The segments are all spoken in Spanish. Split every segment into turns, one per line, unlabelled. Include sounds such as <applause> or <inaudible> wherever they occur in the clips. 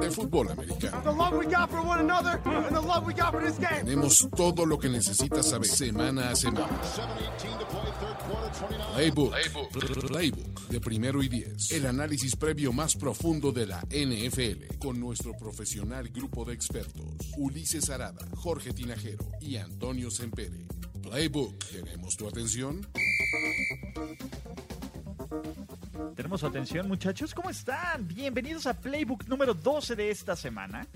de fútbol americano,
The love we got for one another and the love we got for this game.
tenemos todo lo que necesitas saber semana a semana.
7-18 to play, third quarter, 29.
Playbook, Playbook, Playbook, de primero y diez. El análisis previo más profundo de la NFL con nuestro profesional grupo de expertos: Ulises Arada, Jorge Tinajero y Antonio Sempere. Playbook, ¿tenemos tu atención?
Tenemos su atención, muchachos. ¿Cómo están? Bienvenidos a Playbook número 12 de esta semana,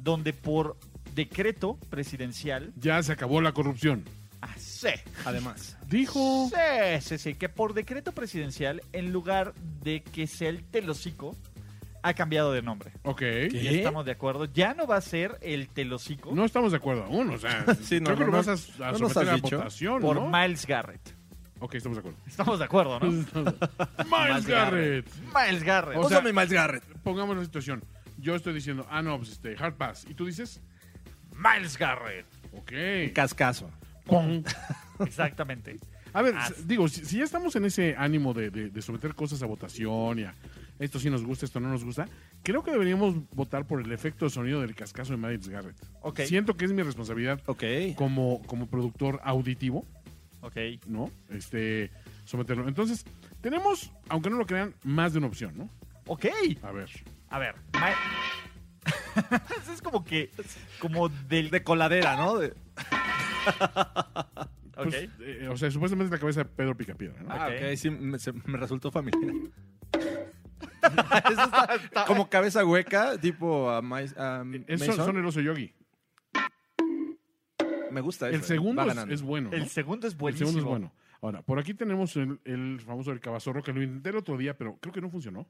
donde por decreto presidencial.
Ya se acabó la corrupción.
Ah, sí.
Además,
Dijo.
Sí, sí, sí, Que por decreto presidencial, en lugar de que sea el Telocico, ha cambiado de nombre.
Ok.
Ya estamos de acuerdo. Ya no va a ser el Telocico
No estamos de acuerdo aún, o sea.
<laughs> Sí, no,
creo que lo
no, no,
vas a,
no
a
nos
someter
has
a
dicho.
votación,
por
¿no?
Miles Garrett.
Ok, estamos de acuerdo.
Estamos de acuerdo,
<laughs>
¿no?
Miles Garrett.
Miles Garrett.
O sea,
póngame Miles Garrett.
pongamos la situación. Yo estoy diciendo, ah, no, pues este, hard pass. Y tú dices,
Miles Garrett.
ok.
Cascazo.
Pon. <laughs>
Exactamente.
A ver,
As-
s- digo, si, si ya estamos en ese ánimo de, de- de someter cosas a votación y a esto sí nos gusta, esto no nos gusta, creo que deberíamos votar por el efecto de sonido del cascazo de Miles Garrett.
Ok.
Siento que es mi responsabilidad
Ok.
como, como productor auditivo,
Ok.
¿no? Este, someterlo. Entonces, tenemos, aunque no lo crean, más de una opción, ¿no?
Ok.
A ver.
A ver. Ma- Eso <laughs> es como que. Como del.
De coladera,
<laughs>
¿no? De-
ok.
Pues, eh, o sea, supuestamente es la cabeza de Pedro Picapiedra, ¿no?
Ah,
Ok.
ok, sí, me, se- me resultó familiar. <laughs> Eso está- como cabeza hueca, tipo a Miles- a
Es Eh, son,
Mason.
son el oso yogi.
Me gusta eso. eh,
El segundo es,
va ganando.
es bueno. ¿no?
El segundo es
El
buenísimo.
segundo es bueno. Ahora, por aquí tenemos el, el famoso del cabazorro que lo intenté el otro día, pero creo que no funcionó.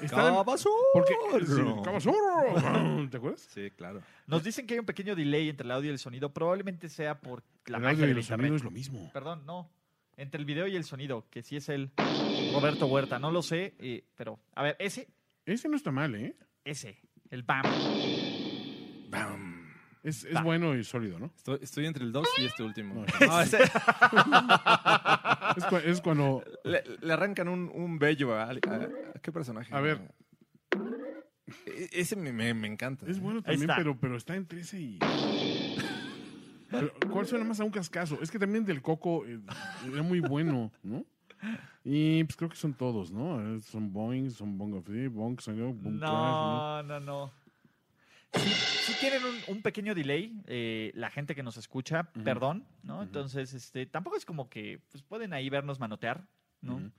Está en-
Cabazorro.
porque sí, el cabazorro. <laughs> ¿Te acuerdas?
Sí, claro.
Nos dicen que hay un pequeño delay entre el audio y el sonido. Probablemente sea por la
el
magia
audio y
del
el
internet.
sonido es lo mismo.
Perdón, no. Entre el video y el sonido, que sí es el Roberto Huerta. No lo sé, eh, pero. A ver, ese.
Ese no está mal, ¿eh?
Ese. El BAM.
Es, es
Va.
bueno y sólido, ¿no?
Estoy, estoy entre el 2 y este último.
No,
No, ese-
Es, cua- es cuando.
le, le arrancan un, un bello a, a- a- ¿Qué personaje?
A ver.
E- ese me, me- me encanta.
Es bueno
Ahí
también,
está.
pero, pero está entre ese y. <laughs> Pero, ¿Cuál suena más a un cascazo? Es que también del coco eh, era muy bueno, ¿no? Y pues creo que son todos, ¿no? Eh, Son Boeing, son Bongo Free, Bong, son Boom Crash,
No,
¿no?
no, no. Si, tienen un, un pequeño delay, eh, la gente que nos escucha,
Ujú.
perdón, ¿no?
Ujú.
Entonces, este, tampoco es como que pues, pueden ahí vernos manotear, ¿no?
Ujú.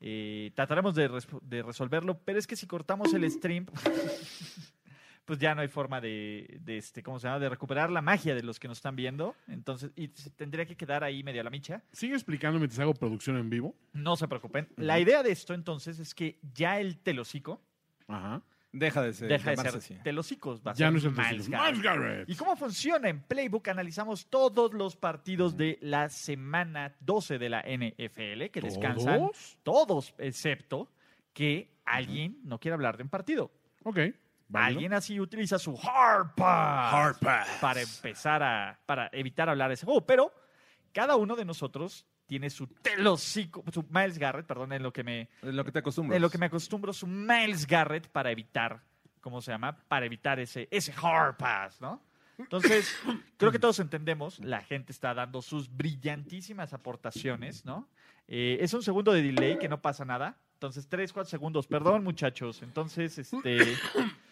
Eh, trataremos de, resp- de resolverlo, pero es que si cortamos el stream, <laughs> pues ya no hay forma de, de, este, ¿cómo se llama? De recuperar la magia de los que nos están viendo. Entonces, y se tendría que quedar ahí medio a la micha.
Sigue explicando mientras hago producción en vivo.
No se preocupen. La idea de esto, entonces, es que ya el telocico
Ajá.
Deja de ser.
deja de ser
llamarse así.
telocicos. Va a
Ya
ser
no es el
Miles
Miles
Garrett.
Miles Garrett.
¿Y cómo funciona? En Playbook analizamos todos los partidos de la semana 12 de la NFL que descansan.
¿Todos?
Todos, excepto que alguien no quiere hablar de un partido.
Ok. válido.
Alguien así utiliza su hard pass para empezar a. para evitar hablar de ese juego. Pero cada uno de nosotros tiene su telocico, su Miles Garrett, perdón, en lo que me
Es lo que te acostumbras.
de lo que me acostumbro su Miles Garrett para evitar, ¿cómo se llama? Para evitar ese, ese hard pass, ¿no?
<coughs>
Entonces, creo que todos entendemos, la gente está dando sus brillantísimas aportaciones, ¿no? Eh, es un segundo de delay que no pasa nada. Entonces, tres, cuatro segundos. Perdón, muchachos. Entonces,
<coughs>
este...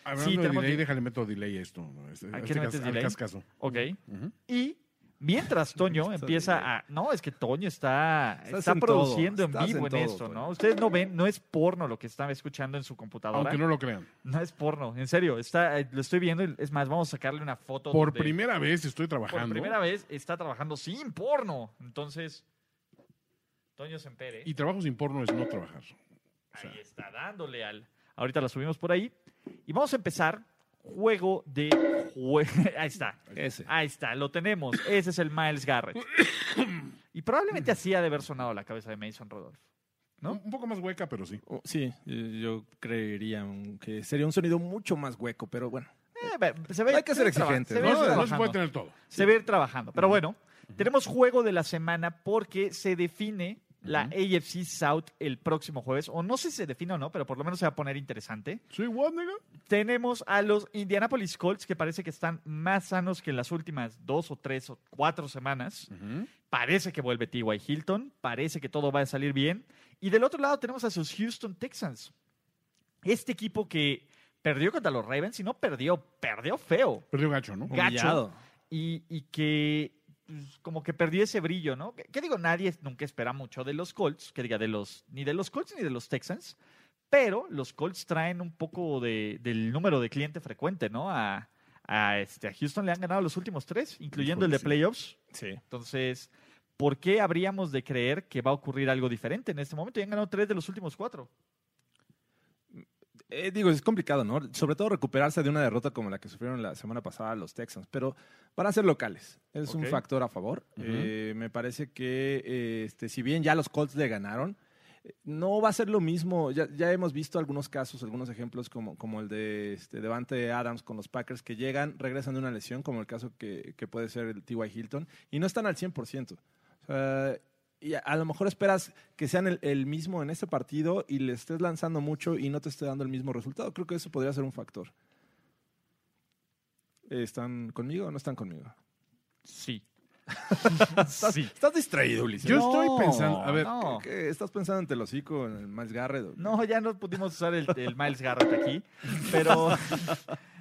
Hablando
Sí,
de
tenemos
delay,
que-
déjale meto delay a esto. ¿no? Este-
¿A
este
qué le
cas-
metes
al
delay?
cascazo.
Ok.
Ujú.
Y mientras Toño empieza a... No, es que Toño está,
Estás
está
en todo,
produciendo en
estás
vivo en,
en todo,
esto, ¿no?
Toño.
Ustedes no ven, no es porno lo que están escuchando en su computadora.
Aunque no lo crean.
No es porno, en serio. Está, eh, lo estoy viendo. y Es más, vamos a sacarle una foto.
Por
de-
primera vez estoy trabajando.
por primera vez está trabajando sin porno. Entonces, Toño Sempere
Y trabajo sin porno es no trabajar.
ahí está dándole al. Ahorita la subimos por ahí. Y vamos a empezar juego de jue- <laughs> Ahí está.
Ese.
Ahí está, lo tenemos. Ese es el Miles
<coughs>
Garrett. y probablemente así ha de haber sonado la cabeza de Mason Rodolfo. ¿no?
Un un poco más hueca, pero sí.
Oh, Sí, eh, yo creería un- que sería un sonido mucho más hueco, pero bueno.
Eh, ve- se ve-
Hay que
se ve
ser
traba-
exigentes,
se ve
No, no, no se
trabajando.
puede tener todo.
Se va a ir trabajando. Pero bueno, tenemos juego de la semana porque se define la AFC South el próximo jueves. O no sé si se define o no, pero por lo menos se va a poner interesante.
Sí, what, nigga?
Tenemos a los Indianapolis Colts que parece que están más sanos que en las últimas dos o tres o cuatro semanas. Parece que vuelve T.Y. Hilton. Parece que todo va a salir bien. Y del otro lado tenemos a sus Houston Texans. Este equipo que perdió contra los Ravens y no perdió, perdió feo
Perdió gacho, ¿no?
Gacho.
Humillado.
y, y que pues, como que perdió ese brillo, ¿no? Que, que digo, nadie nunca espera mucho de los Colts, que diga de los, ni de los Colts ni de los Texans, pero los Colts traen un poco de- del número de cliente frecuente, ¿no? A, a, este, a Houston le han ganado los últimos tres, incluyendo el de playoffs.
Sí.
Entonces, ¿por qué habríamos de creer que va a ocurrir algo diferente en este momento? Ya han ganado tres de los últimos cuatro.
Eh, digo, es complicado, ¿no? Sobre todo recuperarse de una derrota como la que sufrieron la semana pasada los Texans, pero van a ser locales. Es un
Ok.
factor a favor. Eh, me parece que, eh, este, si bien ya los Colts le ganaron, eh, no va a ser lo mismo. Ya, ya hemos visto algunos casos, algunos ejemplos como, como el de este, Devante Adams con los Packers que llegan, regresan de una lesión, como el caso que, que puede ser el T.Y. Hilton, y no están al 100%. O sea, y a, a lo mejor esperas que sean el, el mismo en este partido y le estés lanzando mucho y no te esté dando el mismo resultado. Creo que eso podría ser un factor. Eh, ¿Están conmigo o no están conmigo?
Sí. <laughs> sí.
Estás distraído, Ulises.
Yo
No,
estoy pensando, a ver,
no.
¿Qué? ¿Estás pensando en el hocico, en el Miles Garrett? o-
No, ya no pudimos usar el, el Miles Garrett aquí,
<laughs>
pero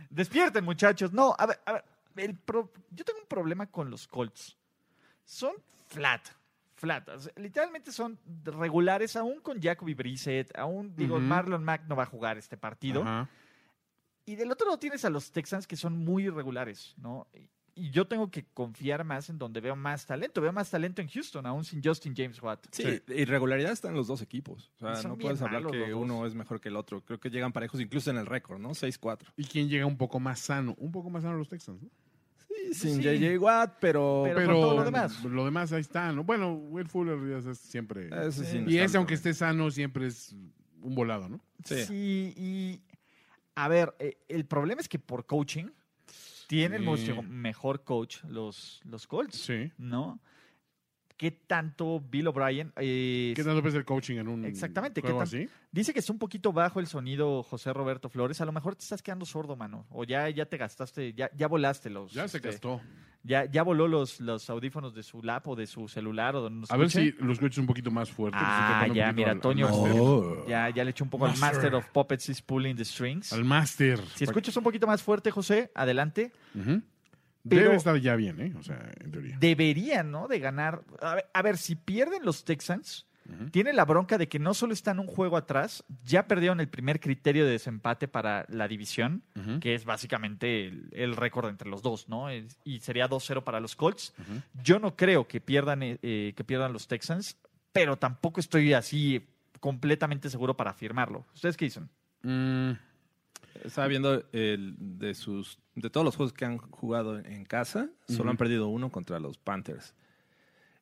despierten muchachos. No, a ver, a ver, el pro- yo tengo un problema con los Colts. Son flat, flat. O sea, literalmente son regulares, aún con Jacoby Brissett, aún, digo,
Ujú.
Marlon Mack no va a jugar este partido.
Ajá.
Y del otro lado tienes a los Texans que son muy irregulares, ¿no? Y- Y yo tengo que confiar más en donde veo más talento. Veo más talento en Houston, aún sin Justin James Watt.
Sí, irregularidad está en los dos equipos. O
Y
sea,
son
no
bien
puedes hablar
malos
que
los dos.
uno es mejor que el otro. Creo que llegan parejos incluso en el récord, ¿no? 6-4.
¿Y quién llega un poco más sano? Un poco más sano los Texans, ¿no?
Sí, sin
sí.
J.J. Watt, pero...
Pero- con todo lo demás.
lo demás ahí está, ¿no? Bueno, Will Fuller ya es siempre.
Eso sí, no
y
está
ese, aunque
bien.
esté sano, siempre es un volado, ¿no?
Sí.
Sí. y a ver, eh, el problema es que por coaching tiene el
Sí.
mucho mejor coach los, los Colts,
Sí.
¿no? ¿Qué tanto Bill O'Brien? eh,
¿Qué tanto pesa el coaching en un
Exactamente, ¿qué
juego
tan-
así?
dice que es un poquito bajo el sonido José Roberto Flores. A lo mejor te estás quedando sordo, mano. O ya, ya te gastaste, ya, ya volaste los.
Ya se
este,
gastó.
Ya, ya voló los, los audífonos de su lap o de su celular o donde nos
A ver
escuche.
si lo escuchas un poquito más fuerte. pues,
Ah,
tocando un
ya,
poquito
mira,
al- al
Toño.
máster.
Oh.
Ya, ya le echó un poco al
Master.
Master of Puppets is pulling the strings.
Al máster.
Si escuchas un poquito más fuerte, José, adelante.
Ujú.
Pero-
Debe estar ya bien, ¿eh? O sea, en teoría.
deberían, ¿no? De ganar. A ver, a ver, si pierden los Texans,
Ujú.
tiene la bronca de que no solo están un juego atrás, ya perdieron el primer criterio de desempate para la división,
Ujú.
que es básicamente el, el récord entre los dos, ¿no? Es- y sería 2-0 para los Colts. Yo no creo que pierdan, eh, eh, que pierdan los Texans, pero tampoco estoy así completamente seguro para afirmarlo. ¿Ustedes qué dicen?
Mm,
Estaba viendo el, de sus de todos los juegos que han jugado en- en casa, solo han perdido uno contra los Panthers.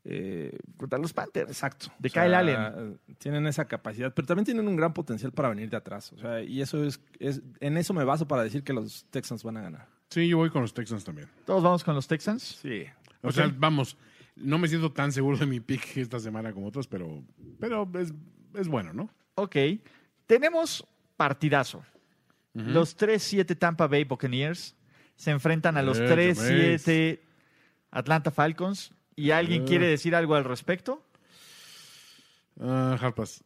Eh,
Contra los Panthers.
exacto.
De
O sea,
Kyle Allen.
eh, Tienen esa capacidad, pero también tienen un gran potencial para venir de atrás. O sea, y eso es, es en eso me baso para decir que los Texans van a ganar.
sí, yo voy con los Texans también.
Todos vamos con los Texans.
Sí.
O sea, vamos, no me siento tan seguro de mi pick esta semana como otros, pero, pero es, es bueno, ¿no?
Ok. Tenemos partidazo. Los 3-7 Tampa Bay Buccaneers se enfrentan a los
Bien,
3-7 Atlanta Falcons. ¿Y alguien
Bien.
quiere decir algo al respecto?
Ah, Harpas.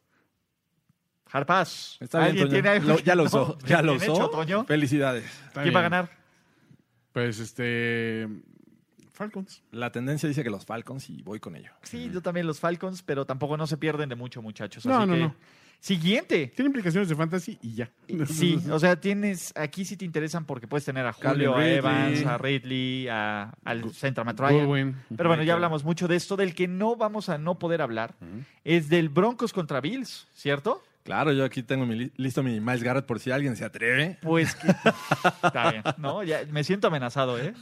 Harpaz.
Está bien,
¿Alguien
Toño.
tiene algo?
Lo- ya lo
No,
usó. ya lo
bien
usó.
hecho, Toño.
Felicidades.
Está
¿Quién va a
bien.
ganar?
Pues este. Falcons.
La tendencia dice que los Falcons y voy con ello.
Sí, yo también los Falcons, pero tampoco no se pierden de mucho, muchachos.
No,
así
no,
que-
no.
Siguiente.
Tiene implicaciones de fantasy y ya. <laughs>
Sí, o sea, tienes, aquí sí te interesan porque puedes tener a
Calvin
Julio, a
Ridley.
Evans, a Ridley, a, al Central Matraya.
Godwin.
Pero bueno, ya hablamos mucho de esto. Del que no vamos a no poder hablar es del Broncos contra Bills, ¿cierto?
Claro, yo aquí tengo mi li- listo mi Miles Garrett por si alguien se atreve.
Pues que... Está bien, ¿no? Ya, me siento amenazado, ¿eh?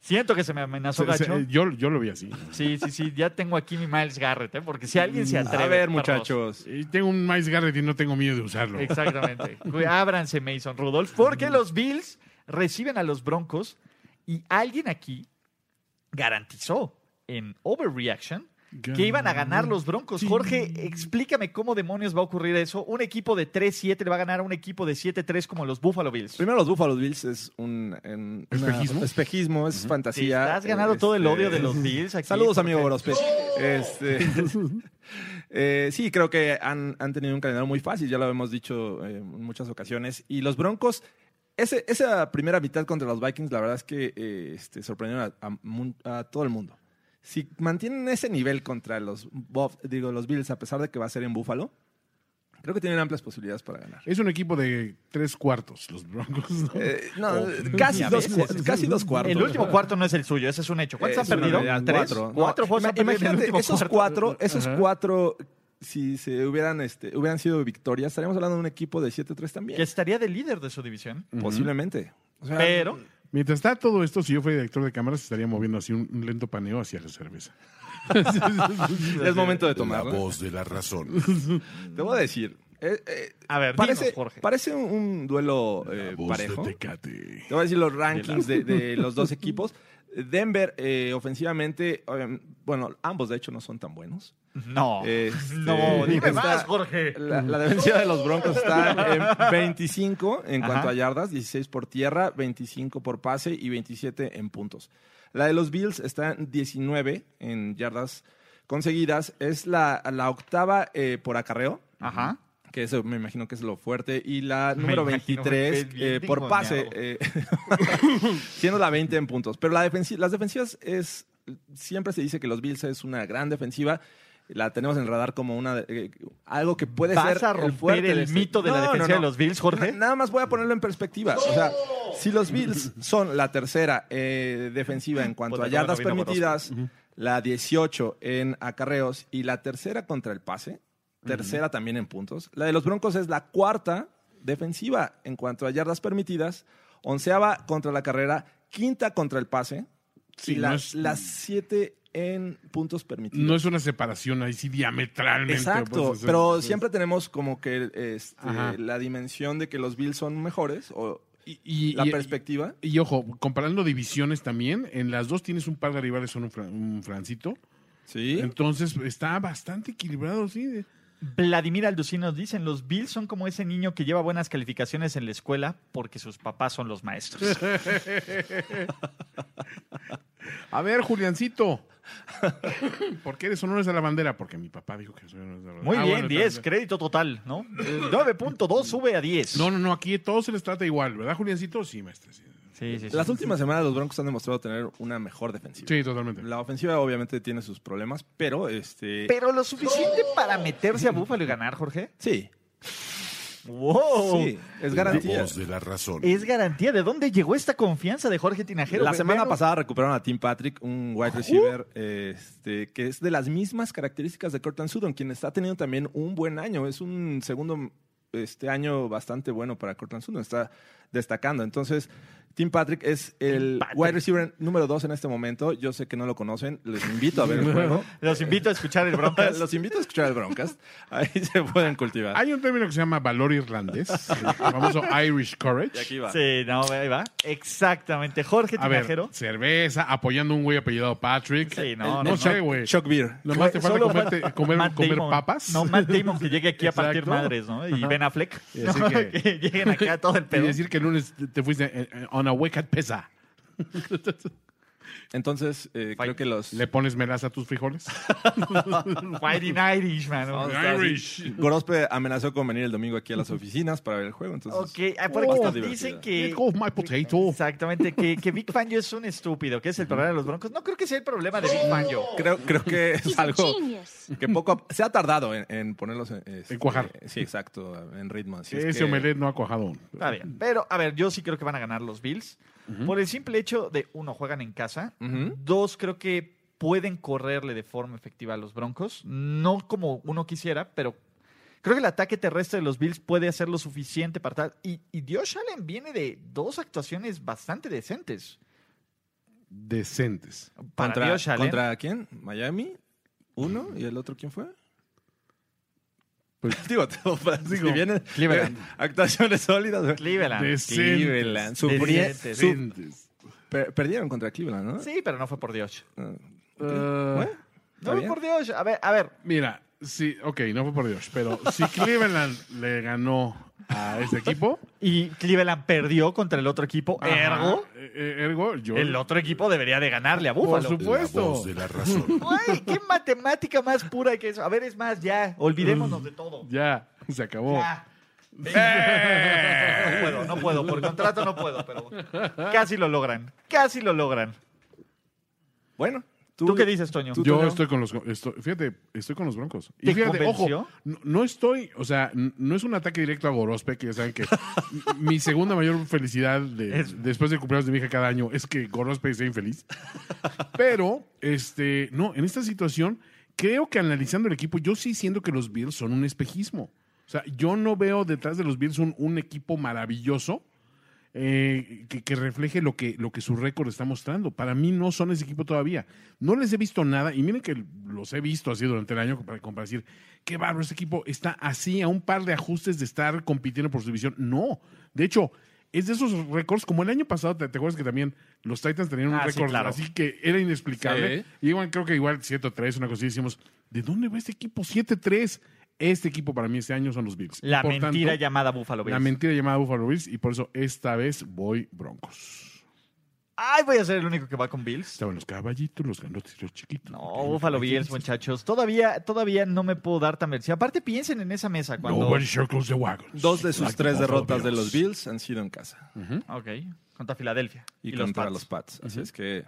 Siento que se me amenazó
Se- eh, se-
gacho.
yo, yo lo vi así.
Sí, sí, sí, ya tengo aquí mi Miles Garrett, ¿eh? Porque si alguien se atreve...
A ver,
perros.
muchachos.
Y tengo un Miles Garrett y no tengo miedo de usarlo.
<laughs>
Exactamente. Cu- Ábranse, Mason Rudolph, porque los Bills reciben a los Broncos y alguien aquí garantizó en Overreaction que iban a ganar los Broncos. Jorge, explícame cómo demonios va a ocurrir eso. Un equipo de 3-7 le va a ganar a un equipo de 7-3 como los Buffalo Bills.
Primero, los Buffalo Bills es un. en- una-
¿Espejismo?
espejismo, es fantasía.
Te has ganado todo el
este,
odio de
<laughs>
los Bills aquí,
Saludos,
Jorge.
amigo Gorospe. Este, <laughs> eh, sí, creo que han, han tenido un calendario muy fácil, ya lo hemos dicho eh, en muchas ocasiones. Y los Broncos, ese- esa primera mitad contra los Vikings, la verdad es que eh, este, sorprendieron a, a mun- a todo el mundo. Si mantienen ese nivel contra los, Buff- digo, los Bills, a pesar de que va a ser en Buffalo, creo que tienen amplias posibilidades para ganar.
Es un equipo de tres cuartos, los Broncos. ¿no?
Eh, no,
Oh.
casi,
Ya
dos,
ves,
cua- casi dos cuartos.
El
<laughs>
último cuarto no es el suyo, ese es un hecho. ¿Cuántos
Eh,
han perdido?
es una realidad,
¿Tres?
Cuatro.
Cuatro
No,
juegos han
ima-
perdido en el
Imagínate,
último
esos
cuarto.
cuatro, esos
Ajá.
cuatro, si se hubieran, este, hubieran sido victorias, estaríamos hablando de un equipo de 7-3 también.
Que estaría de líder de su división.
Posiblemente. O sea,
Pero
Mientras está todo esto, si yo fuera director de cámaras, estaría moviendo así un, un lento paneo hacia la cerveza.
es momento de
La
tomar.
voz de la razón.
<laughs> Te voy a decir. eh, eh,
A ver,
parece,
dinos, Jorge.
parece un, un duelo eh,
voz
parejo.
de Tecate.
Te voy a decir los rankings de, de los dos equipos. Denver, eh, ofensivamente, obviamente, bueno, ambos de hecho no son tan buenos.
No.
Este,
Oh. no, dime
está-
más, Jorge.
La, la defensiva de los Broncos está en 25 en
Ajá.
cuanto a yardas, 16 por tierra, 25 por pase y 27 en puntos. La de los Bills está en 19 en yardas conseguidas. Es la, la octava eh, por acarreo,
Ajá.
que eso me imagino que es lo fuerte. Y la
Me
número
imagino,
23
qué bien
eh, por pase, eh, <laughs> siendo la 20 en puntos. Pero la defensi- las defensivas es. Siempre se dice que los Bills es una gran defensiva. La tenemos en el radar como una de- eh, algo que puede
¿Vas
ser
a
el fuerte
romper el,
de este-
mito de la
No, no,
defensa
no.
de los Bills, Jorge?
Na- Nada más voy a ponerlo en perspectiva. O sea, si los
<laughs>
Bills son la tercera eh, defensiva en cuanto
Puta,
a
cómo no
yardas
vino
permitidas, la 18 en acarreos y la tercera contra el pase, tercera también en puntos. La de los Broncos es la cuarta defensiva en cuanto a yardas permitidas, onceava contra la carrera, quinta contra el pase
Sí,
y la-
no es-
las siete en puntos permitidos.
No es una separación ahí sí diametralmente.
Exacto,
pues, es-
pero
es-
siempre tenemos como que este,
Ajá.
la dimensión de que los Bills son mejores o
Y, y-
la
y-
perspectiva.
y, ojo, comparando divisiones también, en las dos tienes un par de rivales, son un, fra- un francito.
Sí.
Entonces está bastante equilibrado, sí. de-
Vladimir Alducín nos dicen, los Bills son como ese niño que lleva buenas calificaciones en la escuela porque sus papás son los maestros. <laughs>
A ver,
<laughs>
Juliancito. ¿Por qué eres honores a la bandera? Porque mi papá dijo que soy honores a la bandera.
Muy
Ah,
bien,
bueno,
10,
entonces-
crédito total, ¿no? <laughs> Eh, 9.2 sube a 10.
No, no, no, aquí todo se les trata igual, ¿verdad, Juliancito? Sí, maestro. Sí,
Sí, sí, sí.
Las últimas semanas los Broncos han demostrado tener una mejor defensiva.
Sí, totalmente.
La ofensiva obviamente tiene sus problemas, pero este
Pero lo suficiente para meterse a Búfalo y ganar, Jorge.
sí,
¡Wow!
sí, es
La
garantía.
voz de la razón.
Es garantía. ¿De dónde llegó esta confianza de Jorge Tinajero?
La
Ve-
semana
vean-
pasada recuperaron a Tim Patrick, un wide receiver este, que es de las mismas características de Cortland Sutton, quien está teniendo también un buen año. Es un segundo este año bastante bueno para Cortland Sutton, está destacando. Entonces, Tim Patrick es el
Patrick.
wide receiver número dos en este momento. Yo sé que no lo conocen, les invito a ver
<laughs>
el juego.
Los invito a escuchar <laughs> el Broncas.
Los invito a escuchar el Broncast. Ahí se pueden cultivar.
Hay un término que se llama valor
<laughs>
irlandés, el famoso Irish
Y
Courage.
aquí va.
Sí, no, ahí va. Exactamente. Jorge
A ver,
Tinajero.
cerveza, apoyando a un güey apellidado Patrick.
Sí, no,
no,
no,
sé,
no.
güey.
Shock Beer.
Nomás te falta
Solo
comerte- comer,
Matt
comer
Damon.
papas.
No, Matt Damon que llegue aquí a
<laughs> Exacto.
partir madres, ¿no? Y Ben Affleck.
Y así
¿no? <laughs>
que-
Que lleguen acá todo el
y
pedo.
decir que el lunes te fuiste eh, eh, on a wicked pesa.
Entonces, eh, creo que los...
¿Le pones melaza a tus frijoles?
Fighting Irish, man.
Vamos a estar así.
Irish.
Gorospe amenazó con venir el domingo aquí a las oficinas para ver el juego. Entonces,
Ok, ah, por aquí
Oh.
nos dicen que...
Let go of my potato.
Exactamente, que, que Big Fangio es un estúpido, que es el problema de los broncos. No creo que sea el problema de Big Fangio.
creo, creo que es
He's a
algo
genius.
que poco a- se ha tardado en, en ponerlos en, este,
En cuajar.
Sí, exacto, en ritmo. Así es
Ese
que-
omelet no ha cuajado aún.
Está bien. Pero, a ver, yo sí creo que van a ganar los Bills. Por el simple hecho de, uno, juegan en casa.
Ujú.
Dos, creo que pueden correrle de forma efectiva a los Broncos. No como uno quisiera, pero Creo que el ataque terrestre de los Bills puede hacer lo suficiente para tal. Y, y Josh Allen viene de dos actuaciones bastante decentes.
Decentes.
Para
¿Contra,
Josh Allen.
¿Contra quién? ¿Miami? ¿Uno? ¿Y el otro quién fue?
Pues-
<laughs> digo, si vienen
Cleveland.
eh, actuaciones sólidas. güey.
Cleveland.
Des-
Cleveland. Sufrí-
Decentes.
su-
Decentes.
per- perdieron contra Cleveland, ¿no?
Sí, pero no fue por Dios.
Ah,
Ah,
bueno,
No
está
fue
bien.
por Dios. A ver, a ver.
mira, sí, ok, no fue por Dios, pero si Cleveland le ganó a este equipo,
Y Cleveland perdió contra el otro equipo.
ajá,
Ergo,
eh, eh, Ergo, yo.
el otro equipo debería de ganarle a
Por
Búfalo.
supuesto.
La voz de la razón.
Güey, qué matemática más pura que eso. A ver, es más, ya, olvidémonos de todo.
Ya, se acabó.
Ya. Oh. No puedo, no puedo, por contrato no puedo, pero Eh. <laughs> casi lo logran, casi lo logran.
Bueno,
¿Tú, qué dices, Toño?
tú-
Yo
Toño?
estoy con los estoy- fíjate, estoy con los broncos. Y
¿Te
fíjate,
convenció?
ojo, no, no estoy, o sea, n- no es un ataque directo a Gorospe, que ya saben que <laughs> m- mi segunda mayor felicidad de-
Es-
después de cumpleaños de mi hija cada año es que Gorospe sea infeliz. Pero, este, no, en esta situación, creo que analizando el equipo, yo sí siento que los Bills son un espejismo. O sea, yo no veo detrás de los Bills un, un equipo maravilloso eh, que, que refleje lo que, lo que su récord está mostrando. Para mí no son ese equipo todavía. No les he visto nada, y miren que los he visto así durante el año para, como para decir, qué bárbaro, este equipo está así a un par de ajustes de estar compitiendo por su división. No, de hecho, es de esos récords, como el año pasado, ¿te, te acuerdas que también los Titans tenían un
Ah, sí,
récord
claro.
así que era inexplicable?
Sí.
Y igual, creo que igual 7-3, una cosa así, decimos, ¿de dónde va este equipo? 7-3. Este equipo para mí este año son los Bills.
La
Por tanto,
mentira llamada Buffalo Bills.
la mentira llamada Buffalo Bills y por eso esta vez voy Broncos.
Ay, voy a ser el único que va con Bills.
Estaban los caballitos, los grandotes y los chiquitos.
No,
Ok,
Buffalo
ok.
Bills, muchachos. Todavía, todavía no me puedo dar tan vencido. Aparte, piensen en esa mesa cuando.
Nobody circles the wagons.
Dos de sus
Like
tres
the Buffalo
derrotas de los Bills han sido en casa
Ok, contra Filadelfia.
y,
Y, los,
contra
Pats.
los Pats. Así es que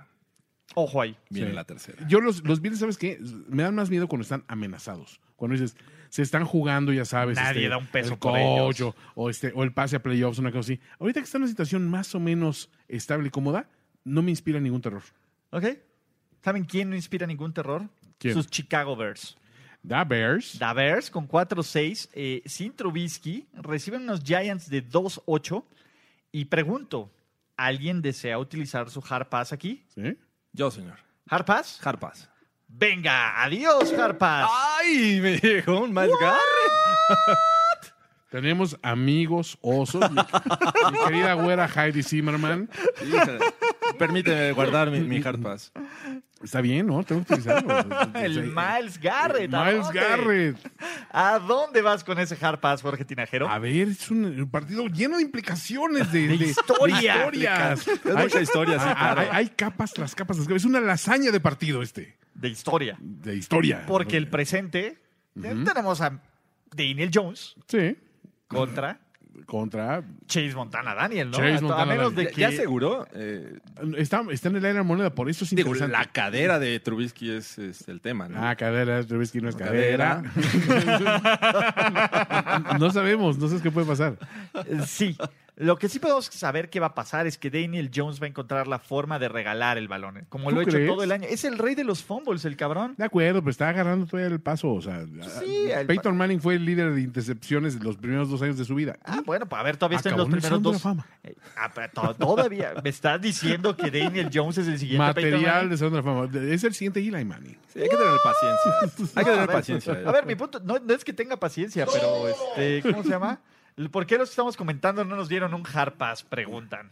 Ojo ahí.
viene la tercera.
Yo los, los Bills, ¿sabes qué? Me dan más miedo cuando están amenazados. Cuando dices, se están jugando, ya sabes. este,
Nadie da un peso
el
por
coach
ellos.
O, o este, o el pase a playoffs, una cosa así. Ahorita que está en una situación más o menos estable y cómoda, no me inspira ningún terror.
¿Ok? ¿Saben quién no inspira ningún terror?
¿Quién?
Sus Chicago Bears.
Da Bears.
Davers con 4-6, eh, sin Trubisky, reciben unos Giants de 2-8. Y pregunto, ¿alguien desea utilizar su Hard Pass aquí?
¿Sí?
Yo, señor.
¿Hard Pass?
Harpas.
Venga, adiós Hard
Ah,
Pass.
¡Ay! Me llegó un Miles Garrett.
Tenemos amigos osos. mi, <laughs> mi querida güera Heidi Zimmerman.
Híjole. Permíteme guardar mi, mi hard pass.
Está bien, ¿no? Tengo
<laughs>
que utilizarlo.
Ah, El Miles
Miles
Garrett. ¿a dónde?
Garrett.
¿A dónde vas con ese Hard Pass, Jorge Tinajero?
A ver, es un, un partido lleno de implicaciones, de, de-
historia.
de historias.
Es mucha historia, sí,
Ah, ah,
claro.
Hay, hay capas tras capas tras capas. Es una lasaña de partido este,
De historia.
de historia.
Porque el presente, tenemos a Daniel Jones
Sí,
contra
contra...
Chase Montana Daniel, ¿no?
Chase
a,
Montana
a menos
Daniel.
de que...
Ya, ya aseguró. eh,
Está, está en el aire la moneda, por eso es
digo,
interesante.
la cadera de Trubisky es, es el tema, ¿no?
Ah, cadera, Trubisky no es cadera.
Cadera.
no sabemos, no sabes qué puede pasar.
Sí. Lo que sí podemos saber que va a pasar es que Daniel Jones va a encontrar la forma de regalar el balón, ¿eh? como
¿Tú
lo ha hecho
crees?
todo el año. Es el rey de los fumbles, el cabrón.
De acuerdo, pero está agarrando todavía el paso. O sea,
Sí, el pa-
Peyton Manning fue el líder de intercepciones de los primeros dos años de su vida.
Ah, bueno, pues a ver, todavía está en
Acabó
los
en el
primeros
Salón de
dos.
la Fama.
Eh, ah, pero to- todavía me estás diciendo que Daniel Jones es el siguiente
este
Peyton
Material
Manning?
de Salón de la Fama. De- Es el siguiente Eli Manning.
Sí, hay que tener paciencia.
<laughs>
Hay que
A
tener
ver,
paciencia.
A ver, mi punto, no, no es que tenga paciencia, pero este, ¿cómo se llama? ¿Por qué los que estamos comentando no nos dieron un hard pass? Preguntan.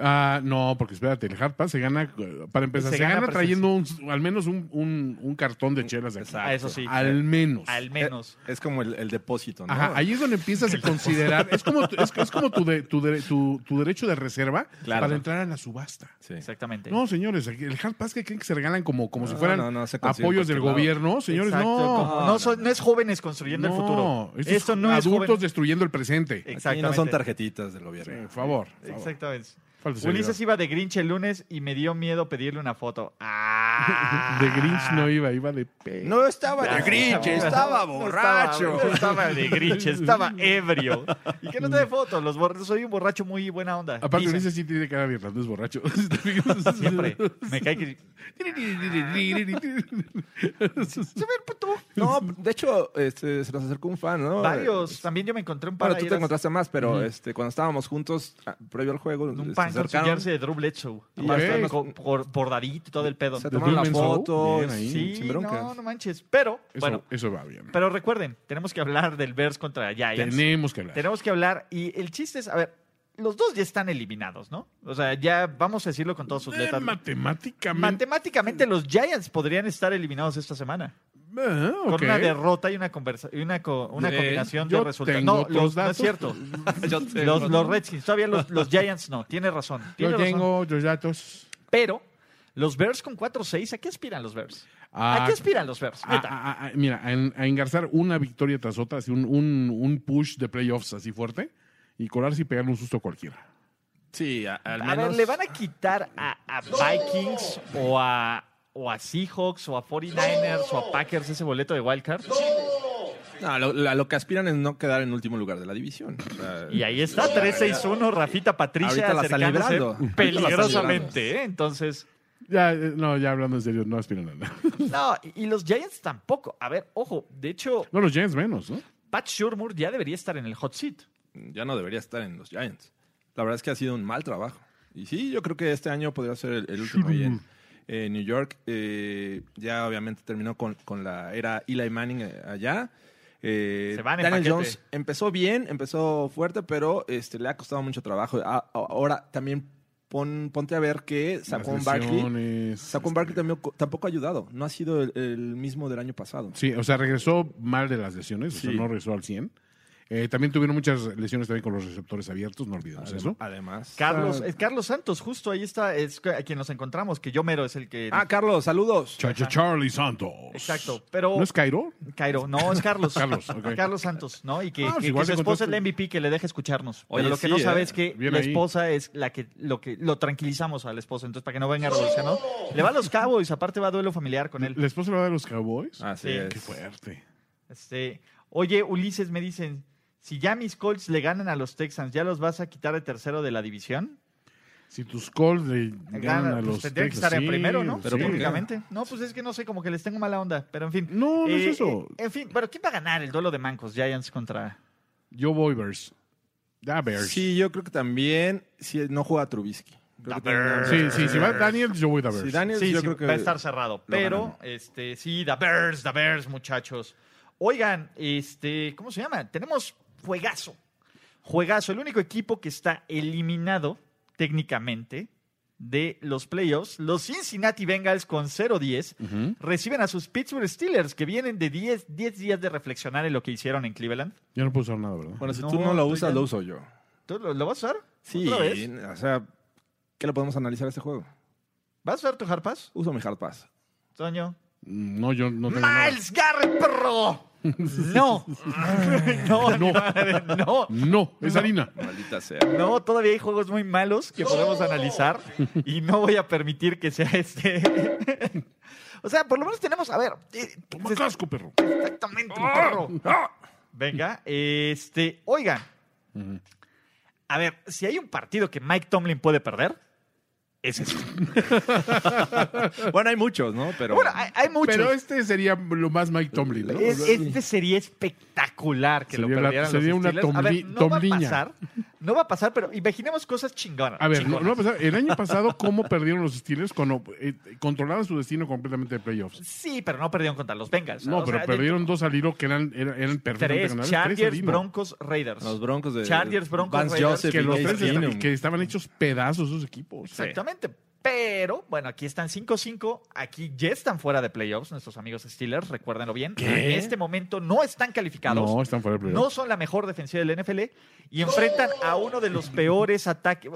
Ah, no, porque espérate, el hard pass se gana, eh, para empezar,
Se
se,
gana
gana, trayendo un- al menos un, un- un cartón de chelas de aquí.
Exacto.
Ah, eso sí.
Al menos.
Al
Eh,
menos.
Es, como el, el depósito, ¿no?
Ajá, ahí es donde
<laughs>
empiezas a considerar, es como, tu- es, es como tu, de- tu, de- tu- tu derecho de reserva
Claro.
para entrar a la subasta.
Sí.
Exactamente.
No, señores, aquí el hard pass que creen que se regalan como, como si
No,
fueran
no, no, se consigue
apoyos
en
del
cualquier lado.
gobierno, señores,
Exacto,
no.
como- no, son- no es jóvenes construyendo el futuro.
No,
Esto,
estos
no es
adultos
jóvenes.
destruyendo el presente.
Aquí
Exactamente.
no son tarjetitas del gobierno.
Por favor. por favor.
Exactamente.
Falta de
Ulises
seriedad.
iba de Grinch el lunes y me dio miedo pedirle una foto. Ah,
De Grinch
Ah.
no iba, iba de pe.
No estaba de
<laughs>
Grinch, estaba
Oh.
borracho.
Estaba, estaba de Grinch,
<laughs>
estaba ebrio. ¿Y qué no te de fotos? Los borrachos, soy un borracho muy buena onda.
Mm. Aparte,
Dicen,
Ulises sí tiene cara de irlandés borracho. <laughs>
siempre. Me cae que. Se ve el puto.
No, de hecho, este, se nos acercó un fan, ¿no?
Varios. También yo me encontré un par
Bueno, tú
ahí,
te
eras
encontraste más, pero este, cuando estábamos juntos, ah, previo al juego,
Un
se
pan con
acercaron,
chillarse de Drew Bledsow.
Ah,
Y
Aparte,
ahí-
co- por, por dadito y todo el pedo.
se
¿De
tomaron la
Drew Bledsoe?
foto,
Bien ahí,
sí,
Sí,
sin broncas. <laughs>
no, no manches. Pero,
Eso,
bueno,
eso va bien.
pero recuerden, tenemos que hablar del Bears contra Giants.
Tenemos que hablar.
Tenemos que hablar. Y el chiste es, a ver, los dos ya están eliminados, ¿no? O sea, ya vamos a decirlo con todas sus
Eh,
letras.
matemáticamente.
Matemáticamente, los Giants podrían estar eliminados esta semana.
Ah, ok.
Con una derrota y una, conversa y una, co- una
Eh,
combinación
yo
de resultados.
tengo
No,
otros
los, no es
datos. <laughs>
cierto. los, los Redskins, todavía los, los Giants no. Tiene razón. Tiene
Yo
razón.
tengo los datos.
Pero los Bears con 4-6, ¿a qué aspiran los Bears? ¿A
Ah,
qué aspiran los Bears?
a-
Neta.
a- a- mira, a, en- a engarzar una victoria tras otra, así un, un, un push de playoffs así fuerte y colarse y pegarle un susto a cualquiera.
Sí, a- al
A
menos.
ver, ¿le van a quitar a, a Vikings o a, o a Seahawks o a 49ers o a Packers ese boleto de Wildcard?
No, lo, la- lo que aspiran es no quedar en último lugar de la división. O sea,
Y ahí está, 3-6-1, Rafita Patricia
Ahorita la está
acercándose
librando. Ahorita la está
peligrosamente. ¿eh? Entonces,
Ya, eh, no, ya hablando en serio, no aspiran a nada. <laughs>
no, y y los Giants tampoco. A ver, ojo, de hecho,
No, los Giants menos, ¿no?
Pat Shurmur ya debería estar en el hot seat.
ya no debería estar en los Giants. La verdad es que ha sido un mal trabajo. Y sí, yo creo que este año podría ser el, el último ahí en eh, New York. Eh, ya obviamente terminó con, con la era Eli Manning eh, allá. Eh,
Se van en
Daniel
paquete.
Jones empezó bien, empezó fuerte, pero este, le ha costado mucho trabajo. Ah, A- a- ahora también pon- ponte a ver que Saquon
Las
Barkley,
lesiones, este.
Saquon Barkley también, tampoco ha ayudado. No ha sido el, el mismo del año pasado.
Sí, o sea, regresó mal de las lesiones, o
Sí.
sea, no regresó al 100. Eh, también tuvieron muchas lesiones también con los receptores abiertos, no Ah. olvidemos eso.
Ah,
Además.
Carlos, eh, Carlos Santos, justo ahí está, es a quien nos encontramos, que yo mero es el que...
Ah, Carlos, saludos.
Cha- cha- Charlie Santos.
Exacto, pero...
¿No es Cairo?
Cairo, no, es Carlos.
<laughs> Carlos, ok.
Carlos Santos, ¿no? Y que,
Ah, pues
que- que
igual
su
le
esposa es
contaste.
la MVP que le deja escucharnos.
Oye,
Pero lo que
sí,
no
¿eh?
sabe es que
Bien
la
ahí.
esposa es la que lo que lo tranquilizamos a la esposa, entonces para que no venga revolucionado. Le va a los Cowboys, aparte va a duelo familiar con él. Ah,
¿La esposa lo va de los Cowboys?
Así
Sí.
es.
Qué fuerte.
Este, oye, Ulises me dicen, si ya mis Colts le ganan a los Texans, ¿ya los vas a quitar de tercero de la división?
Si tus Colts le
Ganan,
ganan a
pues,
los
tendría que
Texas,
estar en
sí,
primero, ¿no?
sí.
por qué?
Técnicamente. No, pues es que no sé, como que les tengo mala onda, pero en fin.
No, no es
Eh,
eso.
eh, En fin, pero ¿quién va a ganar el duelo de mancos? Giants contra
Yo voy Bears. Da Bears. Sí,
Sí, yo creo que también si no juega Trubisky. Creo que también-
sí, si va Daniel, yo voy Da Bears.
Si Daniels,
Sí,
yo
sí,
creo que
va a estar cerrado. Pero,
ganan.
este, sí, The Bears, The Bears, muchachos. Oigan, este, ¿cómo se llama? Tenemos juegazo. Juegazo. El único equipo que está eliminado técnicamente de los playoffs, los Cincinnati Bengals con 0-10 reciben a sus Pittsburgh Steelers que vienen de 10, 10 días de reflexionar en lo que hicieron en Cleveland.
Yo no puedo usar nada, ¿verdad?
Bueno, si
No,
tú no lo
estoy
usas,
ya-
lo uso yo.
¿Tú lo, lo vas a usar?
Sí,
¿Otra vez?
o sea, ¿qué le podemos analizar a este juego?
¿Vas a usar tu harpas,
Uso mi hard pass.
Toño?
No, yo no tengo nada.
¡Miles Garrett, perro!
<laughs>
No. no, no, <laughs> no.
No, es harina.
<laughs>
Maldita sea.
No, todavía hay juegos muy malos que podemos analizar y no voy a permitir que sea este. <laughs> o sea, por lo menos tenemos, a ver, eh,
Toma casco, perro. Ah,
exactamente un perro. Venga, este, oigan. A ver, si hay un partido que Mike Tomlin puede perder, es este.
Bueno, hay muchos, ¿no? Pero
Bueno, hay, hay muchos.
Pero este sería lo más Mike Tomlin, ¿no? Pues,
Es- este sería espectacular que lo
Sería la-
perdieran
sería
los
una
Steelers. a ver,
tomli-
no va a
tomliña.
pasar. No va a pasar, pero imaginemos cosas chingonas.
A ver, no,
chingonas.
no va a pasar. el año pasado, ¿cómo perdieron los Steelers? Cuando eh, controlaban su destino completamente de playoffs.
Sí, pero no perdieron contra los Bengals.
No,
O
pero
sea, de-
perdieron dos al hilo que eran, eran, eran perfectamente
Tres,
ganables.
Chargers,
al hilo.
Broncos, Raiders.
los Broncos de
Chargers, Broncos,
Vance
Raiders.
Joseph
Que
y
los
Case
tres esta-
Keenum.
que estaban hechos pedazos esos equipos.
Exactamente. Pero, bueno, aquí están 5-5. Aquí ya están fuera de playoffs nuestros amigos Steelers, recuérdenlo bien. En este momento no están calificados.
No, están fuera de playoffs.
No son la mejor defensiva del NFL y enfrentan a uno de los peores ataques.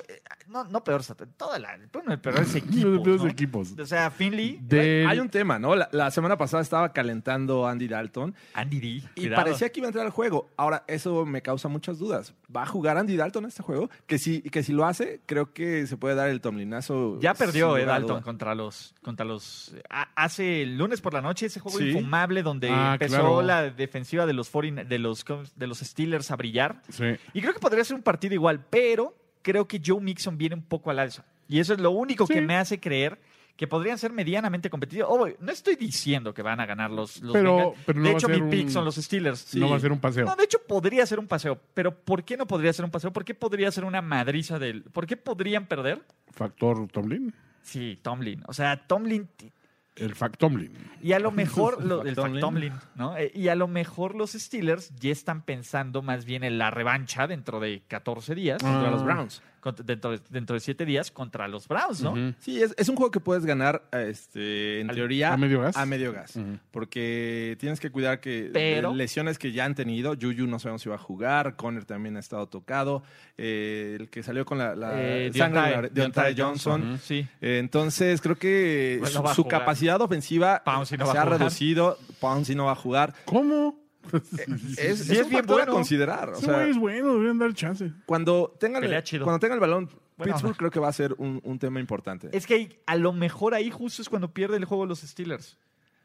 No, no peores ataques, toda la, uno de los
<laughs>
peores equipos.
Los peores
¿no?
equipos.
O sea, Finley,
Del-
Hay un tema, ¿no? La, la semana pasada estaba calentando Andy Dalton
Andy D.
y
cuidado.
parecía que iba a entrar al juego. Ahora, eso me causa muchas dudas. ¿Va a jugar Andy Dalton a este juego? Que si, que si lo hace, creo que se puede dar el tomlinazo.
Ya Ya perdió
Sin
eh,
lugar a
Dalton
duda.
contra los, contra los. a- hace el lunes por la noche ese juego
Sí.
infumable donde
Ah,
empezó
claro.
la defensiva de los, 49 de los de los Steelers a brillar.
Sí.
Y creo que podría ser un partido igual, pero creo que Joe Mixon viene un poco al alza. Y eso es lo único que me hace creer que podrían ser medianamente competitivos. Oh, no estoy diciendo que van a ganar los, los
Pero-
Bengals.
pero no
de
va a
hecho, mi
ser
pick
un-
son los Steelers.
No va a ser un paseo.
No, de hecho podría ser un paseo, pero ¿por qué no podría ser un paseo? ¿Por qué podría ser una madriza del... ¿Por qué podrían perder?
Factor Tomlin.
Sí, Tomlin. O sea, Tomlin. ti-
El fact Tomlin.
Y
<laughs>
a lo mejor. lo- el fact
Tomlin.
Tomlin, ¿no? Eh, Y a lo mejor los Steelers ya están pensando más bien en la revancha dentro de 14 días.
contra
Ah.
los Browns.
cont- Dentro de, dentro de 7 días contra los Browns, ¿no?
Ujú.
Sí, es, es un juego que puedes ganar eh, este, en
Al-
teoría
¿a medio gas?
a medio gas.
Ujú.
Porque tienes que cuidar que
Pero-
de lesiones que ya han tenido, Juju no sabemos si va a jugar, Conner también ha estado tocado, eh, el que salió con la, la
Eh,
sangre en la
Deontay-
oreja, Deontay
Deontay
Johnson.
Ujú. Sí.
Eh, Entonces, creo que
Pues
su,
no va a
su
jugar.
capacidad ofensiva
Pouncey no va
se
a
ha
jugar.
reducido. Pouncy no va a jugar.
¿Cómo? <laughs>
Eh,
Es,
Sí,
es
es
un
bien
factor a
bueno.
considerar. O
Ese
sea,
güey es bueno, deberían dar chance.
cuando, tenga el,
Pelea chido.
cuando tenga el balón,
Bueno,
Pittsburgh creo que va a ser un, un tema importante.
Es que ahí- a lo mejor ahí justo es cuando pierde el juego los Steelers.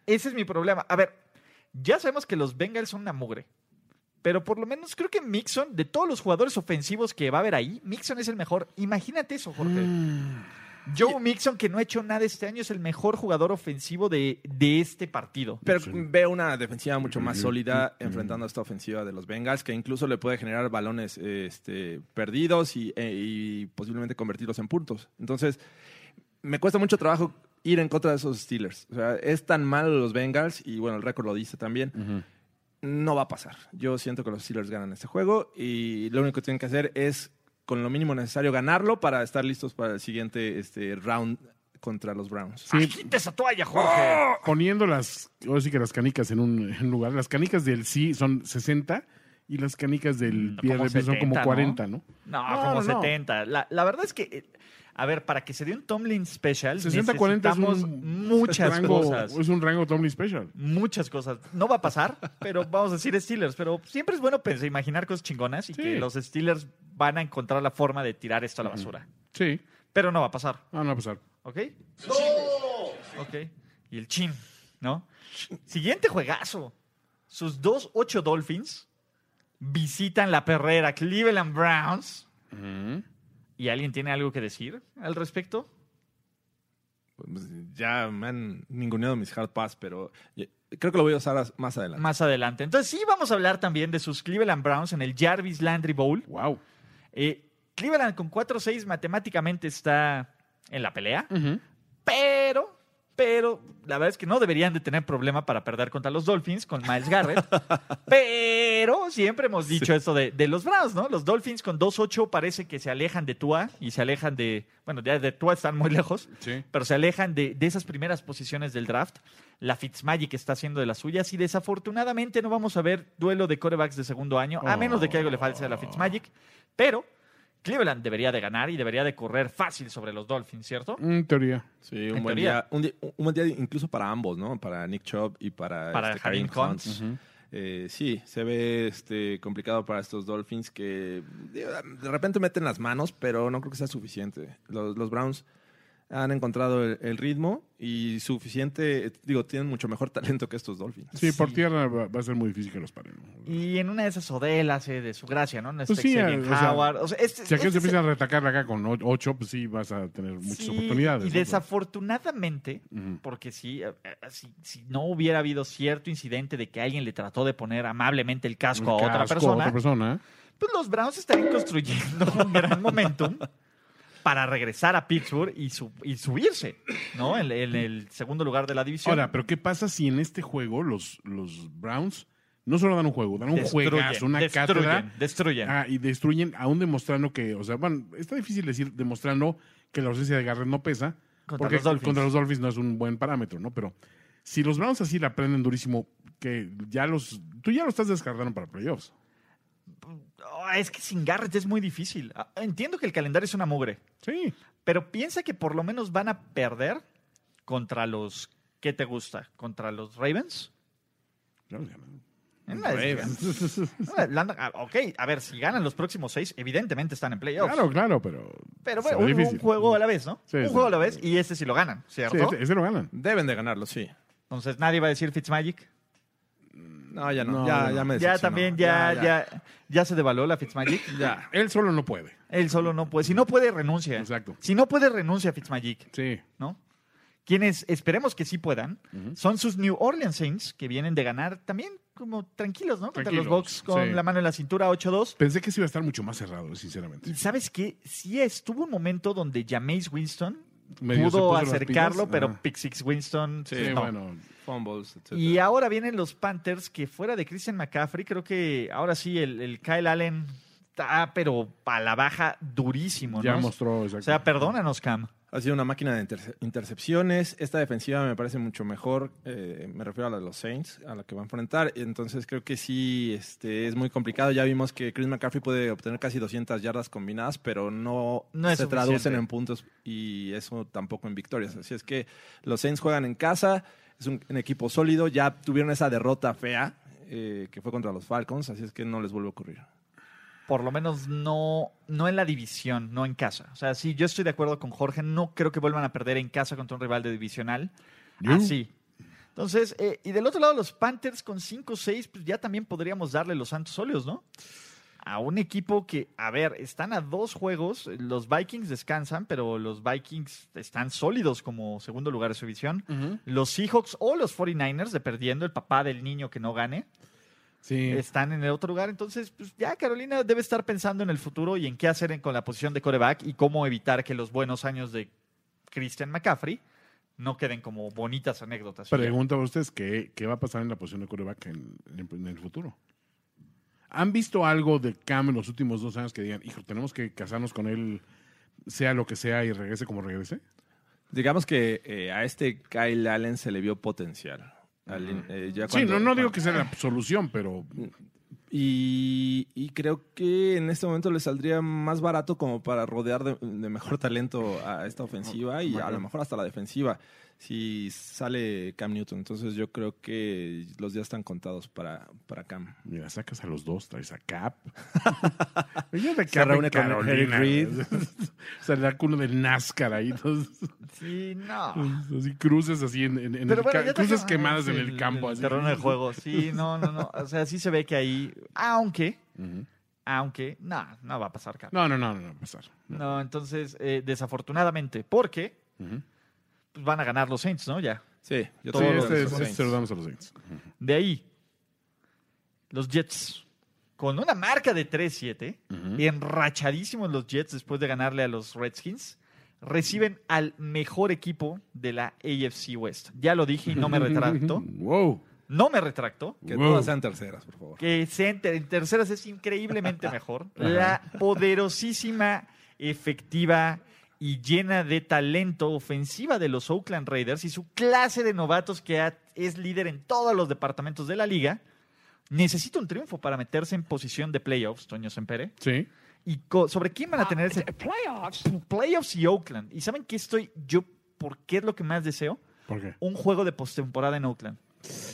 Ese es mi problema. A ver, ya sabemos que los Bengals son una mugre. Pero por lo menos creo que Mixon, de todos los jugadores ofensivos que va a haber ahí, Mixon es el mejor. Imagínate eso, Jorge.
Mm.
Joe Mixon, que no ha hecho nada este año, es el mejor jugador ofensivo de, de este partido.
Pero veo una defensiva mucho más sólida enfrentando a esta ofensiva de los Bengals, que incluso le puede generar balones eh, este, perdidos y, eh, y posiblemente convertirlos en puntos. Entonces, me cuesta mucho trabajo ir en contra de esos Steelers. O sea, es tan malo los Bengals, y bueno, el récord lo dice también. No va a pasar. Yo siento que los Steelers ganan este juego y lo único que tienen que hacer es, con lo mínimo necesario, ganarlo para estar listos para el siguiente este, round contra los Browns.
Sí,
¡Quita esa toalla, Jorge!
poniendo las, ahora sí que las canicas en un en un lugar. Las canicas del sí son 60 y las canicas del
Mm,
pierde
como
son
70,
como
¿no?
40, ¿no?
No,
No,
como
no, no.
70. La, la verdad es que, eh, a ver, para que se dé un Tomlin Special,
60-40 es
necesitamos
un
muchas
rango,
cosas.
Es un rango Tomlin Special.
muchas cosas. No va a pasar, pero vamos a decir Steelers. Pero siempre es bueno pensar, imaginar cosas chingonas y
Sí.
que los Steelers van a encontrar la forma de tirar esto a la basura.
Sí.
Pero no va a pasar,
Ah, no va a pasar.
¿ok? Ok. Y el chin, ¿no? Siguiente juegazo. Sus dos ocho Dolphins visitan la perrera Cleveland Browns. Mm. ¿Y alguien tiene algo que decir al respecto?
Pues, ya me han ninguneado mis hard pass, pero ya- creo que lo voy a usar as- más adelante.
Más adelante. Entonces sí vamos a hablar también de sus Cleveland Browns en el Jarvis Landry Bowl.
Wow.
Eh, Cleveland con 4-6 matemáticamente está en la pelea, pero, pero la verdad es que no deberían de tener problema para perder contra los Dolphins con Miles Garrett. pero siempre hemos dicho esto de, de los Browns, ¿no? Los Dolphins con 2-8 parece que se alejan de Tua y se alejan de, bueno, ya de Tua están muy lejos,
Sí.
pero se alejan de, de esas primeras posiciones del draft. La Fitzmagic está haciendo de las suyas y desafortunadamente no vamos a ver duelo de corebacks de segundo año, a menos de que algo le falte a la Fitzmagic. Pero Cleveland debería de ganar y debería de correr fácil sobre los Dolphins, ¿cierto?
En Mm, teoría.
Sí,
En
un buen,
teoría.
día, un, di- un buen día incluso para ambos, ¿no? Para Nick Chubb y para, este
Para Kareem
Hunt.
Hunt.
Eh, sí, se ve este, complicado para estos Dolphins que digo, de repente meten las manos, pero no creo que sea suficiente. Los, los Browns han encontrado el, el ritmo y suficiente, eh, digo, tienen mucho mejor <laughs> talento que estos Dolphins.
Sí, por tierra va, va a ser muy difícil que los paren.
Y en una de esas Odell hace de su gracia, ¿no? No está
Pues sí,
Xavier
o sea,
Howard. O sea, este-
Si aquellos
este-
empiezan a retacar acá con 8, pues sí vas a tener muchas
Sí,
oportunidades.
Y
¿no? Pues,
desafortunadamente,
Ujú.
porque sí, eh, eh, si, si no hubiera habido cierto incidente de que alguien le trató de poner amablemente el casco,
El
a otra
casco,
persona,
otra persona.
pues los Browns estarían construyendo un gran momentum para regresar a Pittsburgh y, su- y subirse, ¿no? En, en el segundo lugar de la división.
Ahora, pero ¿qué pasa si en este juego los, los Browns no solo dan un juego, dan un
Destruyen,
juegazo, una
destruyen,
cátedra
Destruyen.
ah, y destruyen, aún demostrando que, o sea, bueno, está difícil decir demostrando que la ausencia de Garrett no pesa,
Contra
porque
los Dolphins.
contra los Dolphins no es un buen parámetro, ¿no? Pero si los Browns así la prenden durísimo, que ya los, tú ya lo estás descartando para playoffs.
Oh, es que sin Garrett es muy difícil. Ah, Entiendo que el calendario es una mugre,
Sí,
pero piensa que por lo menos van a perder contra los... ¿Qué te gusta? ¿Contra los Ravens?
ya los ganaron.
En una de esas ganan. No, la- la- ah, ok, a ver, si ganan los próximos seis, evidentemente están en playoffs.
Claro, claro, pero.
Pero
está
bueno, un,
difícil.
un juego a la vez, ¿no?
Sí,
un
sí.
juego a la vez y este sí lo ganan,
Sí,
¿cierto?
ese, ese lo ganan.
Deben de ganarlo, sí.
Entonces nadie va a decir Fitzmagic.
No, ya no.
No,
ya,
no.
ya me
Ya
decepcionó.
también, ya, ya, ya, se devaluó la Fitzmagic.
ya.
Él solo no puede.
Él solo no puede. Si no puede, renuncia.
Exacto.
Si no puede, renuncia Fitzmagic,
Sí.
¿no? Quienes esperemos que sí puedan son sus New Orleans Saints, que vienen de ganar también como tranquilos, ¿no? Contra los
Tranquilos,
Bucks con
sí.
la mano en la cintura 8-2.
Pensé que sí iba a estar mucho más cerrado, sinceramente.
Y sabes que sí estuvo un momento donde Jameis Winston
Medio se
pudo
puso las
acercarlo,
pilas.
pero
Ajá.
Pick Six Winston
Sí,
no.
bueno.
Fumbles, etc.
Y ahora vienen los Panthers, que fuera de Christian McCaffrey, creo que ahora sí el, el Kyle Allen está, pero a la baja durísimo,
Ya
¿no?
mostró.
O
exacto.
sea, perdónanos, Cam.
Ha sido una máquina de interce- intercepciones. Esta defensiva me parece mucho mejor. eh, me refiero a la de los Saints, a la que va a enfrentar. Entonces creo que sí este, es muy complicado. Ya vimos que Chris McCaffrey puede obtener casi 200 yardas combinadas, pero no,
No
se
es suficiente.
traducen en puntos y eso tampoco en victorias. Así es que los Saints juegan en casa. Es un, un equipo sólido. Ya tuvieron esa derrota fea eh, que fue contra los Falcons. Así es que no les vuelve a ocurrir.
Por lo menos no, no en la división, no en casa. O sea, sí, yo estoy de acuerdo con Jorge, no creo que vuelvan a perder en casa contra un rival de divisional.
¿You?
Así. Entonces, eh, y del otro lado, los Panthers con 5-6, pues ya también podríamos darle los Santos Óleos, ¿no? A un equipo que, a ver, están a dos juegos. Los Vikings descansan, pero los Vikings están sólidos como segundo lugar de su división. Los Seahawks o los 49ers, de perdiendo el papá del niño que no gane,
Sí.
están en el otro lugar. Entonces, pues ya Carolina debe estar pensando en el futuro y en qué hacer en- con la posición de coreback y cómo evitar que los buenos años de Christian McCaffrey no queden como bonitas anécdotas.
Pregunta a ustedes ¿qué, qué va a pasar en la posición de coreback en, en- en el futuro. ¿Han visto algo de Cam en los últimos dos años que digan, hijo, tenemos que casarnos con él, sea lo que sea, y regrese como regrese?
Digamos que eh, a este Kyle Allen se le vio potencial. Al in- eh, ya
sí,
cuando-
no, no digo
cuando-
que sea la solución, pero
Y, y creo que en este momento le saldría más barato como para rodear de, de mejor talento a esta ofensiva y a lo mejor hasta la defensiva si sale Cam Newton. Entonces yo creo que los días están contados para, para Cam.
mira, sacas a los dos, traes a Cap. Ella de
Se
Cap en
reúne con
Carolina,
Eric
<laughs> Se le da culo del NASCAR ahí, entonces,
Sí, no.
Pues, así cruces así en, en- en el
bueno,
ca-
ya
cruces
trajeron-
quemadas
sí,
en el campo. así.
terreno de juego, sí, no, no, no. O sea, sí se ve que ahí, aunque,
Ujú.
aunque, no, no va a pasar, Cam.
No, no, no, no, no va a pasar.
No, entonces, eh, desafortunadamente, porque
Ujú.
pues, van a ganar los Saints, ¿no? Ya.
Sí,
Sí,
yo también creo
este,
que son
este
Saints.
se lo damos a los Saints.
De ahí, los Jets, con una marca de 3-7, enrachadísimos los Jets después de ganarle a los Redskins, reciben al mejor equipo de la AFC West. Ya lo dije y no me
<laughs>
retracto.
Wow.
No me retracto.
Que
Wow.
todas sean terceras, por favor.
Que se enter- en terceras es increíblemente mejor. La poderosísima, efectiva y llena de talento ofensiva de los Oakland Raiders y su clase de novatos que ha- es líder en todos los departamentos de la liga. Necesita un triunfo para meterse en posición de playoffs, Toño Sempere.
Sí.
¿Y co- sobre quién van a tener ese
Playoffs?
playoffs y Oakland? ¿Y saben qué estoy yo? ¿Por qué es lo que más deseo?
¿Por qué?
un juego de postemporada en Oakland.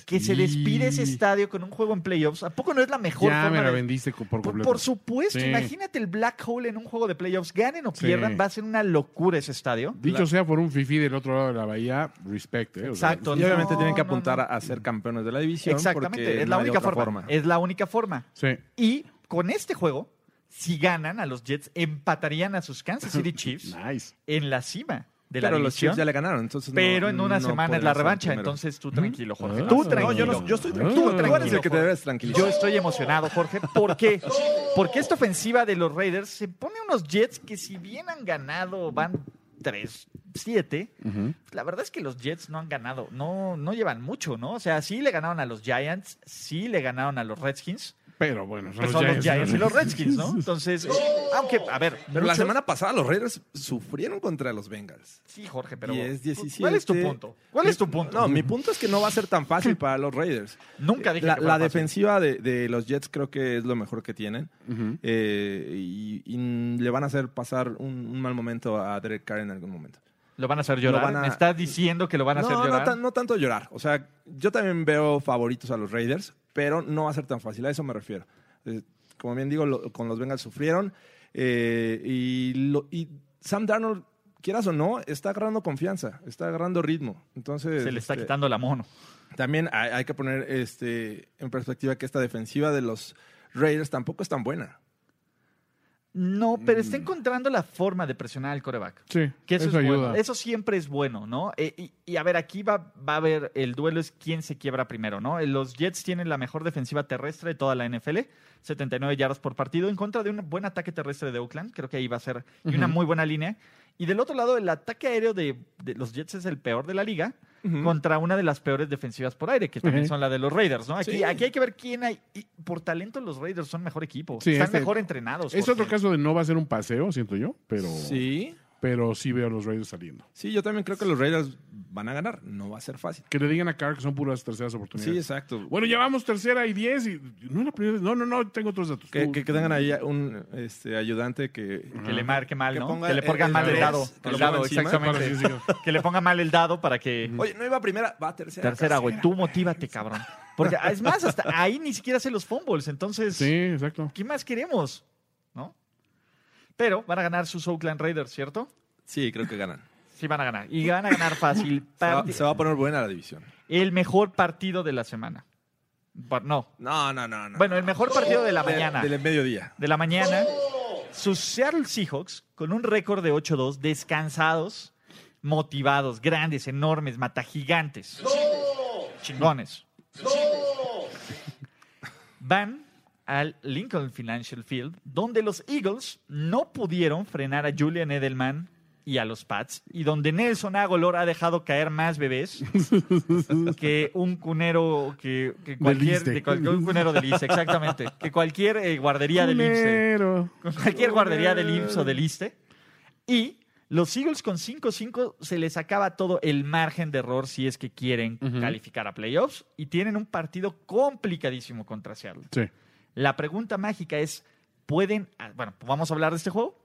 Que se despide ese
Y-
estadio con un juego en playoffs. ¿A poco no es la mejor
Ya
forma
me la
de-
vendiste co-
Por,
por completo.
por supuesto,
Sí.
imagínate el black hole en un juego de playoffs. Ganen o
Sí.
pierdan, va a ser una locura ese estadio.
Dicho sea por un fifi del otro lado de la bahía, respect, ¿eh? O sea,
Exacto.
Y obviamente
No,
tienen que
no,
apuntar
no.
a- a ser campeones de la división.
Exactamente,
porque
es la
no hay
única
otra
forma. Es la única forma.
sí.
Y con este juego, si ganan a los Jets, empatarían a sus Kansas
<laughs>
City Chiefs
Nice.
en la cima de la
Claro, los
división.
Chiefs ya le ganaron, entonces no-
pero en una
no
semana es la
podrían ser
revancha.
primeros.
Entonces tú tranquilo, Jorge.
Ah.
Tú
No,
tranquilo.
yo no- yo estoy
tranquilo.
Tú,
Tú
tranquilo, eres el que te
Jorge.
debes tranquilizar.
Yo estoy emocionado, Jorge. ¿Por qué? Porque esta ofensiva de los Raiders se pone unos Jets que si bien han ganado, van 3-7, la verdad es que los Jets no han ganado, no, no llevan mucho, ¿no? O sea, sí le ganaron a los Giants, sí le ganaron a los Redskins,
Pero bueno, son
que
los
son los
Giants.
Giants y los Redskins, ¿no? Entonces, eh, aunque, a ver,
Pero la
muchos-
semana pasada los Raiders sufrieron contra los Bengals.
Sí, Jorge, pero...
10, 17.
¿Cuál es tu punto? ¿Cuál es tu punto?
Eh, No, mi punto es que no va a ser tan fácil para los Raiders.
Nunca dije
La,
que fuera
la
fácil.
defensiva de, de los Jets creo que es lo mejor que tienen. Eh, y, y le van a hacer pasar un, un mal momento a Derek Carr en algún momento.
Lo van a hacer llorar.
Lo van a-
¿Me estás diciendo que lo van a hacer
no,
llorar?
no, tan- no tanto llorar. O sea, yo también veo favoritos a los Raiders. pero no va a ser tan fácil, a eso me refiero. Eh, como bien digo, lo- con los Bengals sufrieron eh, y, lo- y Sam Darnold, quieras o no, está agarrando confianza, está agarrando ritmo. Entonces,
Se le está
este,
quitando la mono.
también hay, hay que poner este, en perspectiva que esta defensiva de los Raiders tampoco es tan buena.
No, pero está encontrando la forma de presionar al coreback.
Sí,
Que eso,
Mm. eso,
es bueno.
ayuda.
Eso siempre es bueno, ¿no? Eh, y, y a ver, aquí va, va a haber el duelo es quién se quiebra primero, ¿no? Eh, Los Jets tienen la mejor defensiva terrestre de toda la NFL, 79 yardas por partido, en contra de un buen ataque terrestre de Oakland, creo que ahí va a ser, y una muy buena línea. Y del otro lado, el ataque aéreo de, de los Jets es el peor de la liga, contra una de las peores defensivas por aire, que también
Ujú.
son la de los Raiders, ¿no? Aquí,
Sí.
aquí hay que ver quién hay. y por talento, los Raiders son mejor equipo,
Sí,
están
este-
mejor entrenados.
Es otro
porque-
caso de no va a ser un paseo, siento yo, pero sí,
Sí,
pero sí veo a los Raiders saliendo.
sí, yo también creo que los Raiders van a ganar, no va a ser fácil.
Que le digan a Carr que son puras terceras
Sí,
oportunidades.
exacto.
bueno, ya vamos tercera y diez y no la primera, no, no, no, tengo otros datos.
Que,
Tú-
que tengan ahí un este, ayudante que...
Que le marque mal,
Que
¿no?
ponga
Que le
el-
pongan
el
mal el
tres,
dado.
que
El
lo
dado,
ponga encima.
Para
exactamente.
sí, sí, sí.
Que le ponga mal el dado para que.
Oye, no iba a primera, va a tercera.
Tercera, güey. Tú motívate, cabrón. Porque es más, hasta ahí ni siquiera hace los fumbles. Entonces,
Sí, exacto.
¿qué más queremos? ¿No? Pero van a ganar sus Oakland Raiders, ¿cierto?
Sí, creo que ganan.
Sí, van a ganar. Y van a ganar <laughs> fácil.
Se va,
Parti-
se va a poner buena la división.
El mejor partido de la semana. Bu- No.
No, no, no. no.
Bueno, el mejor partido de la
De-
mañana.
Del mediodía.
de la mañana, sus Seattle Seahawks, con un récord de 8-2, descansados, motivados, grandes, enormes, matagigantes. Chingones. <laughs> Van al Lincoln Financial Field, donde los Eagles no pudieron frenar a Julian Edelman y a los Pats, y donde Nelson Agolor ha dejado caer más bebés que un cunero que, que cualquier
Issste.
de cualquier- un cunero del ISTE, exactamente, que cualquier eh, guardería del ISTE
Pero
con cualquier guardería del IMSS o del ISTE. Y los Eagles con 5-5 se les acaba todo el margen de error si es que quieren calificar a playoffs y tienen un partido complicadísimo contra Seattle.
Sí.
La pregunta mágica es, ¿pueden... ah, Bueno, vamos a hablar de este juego?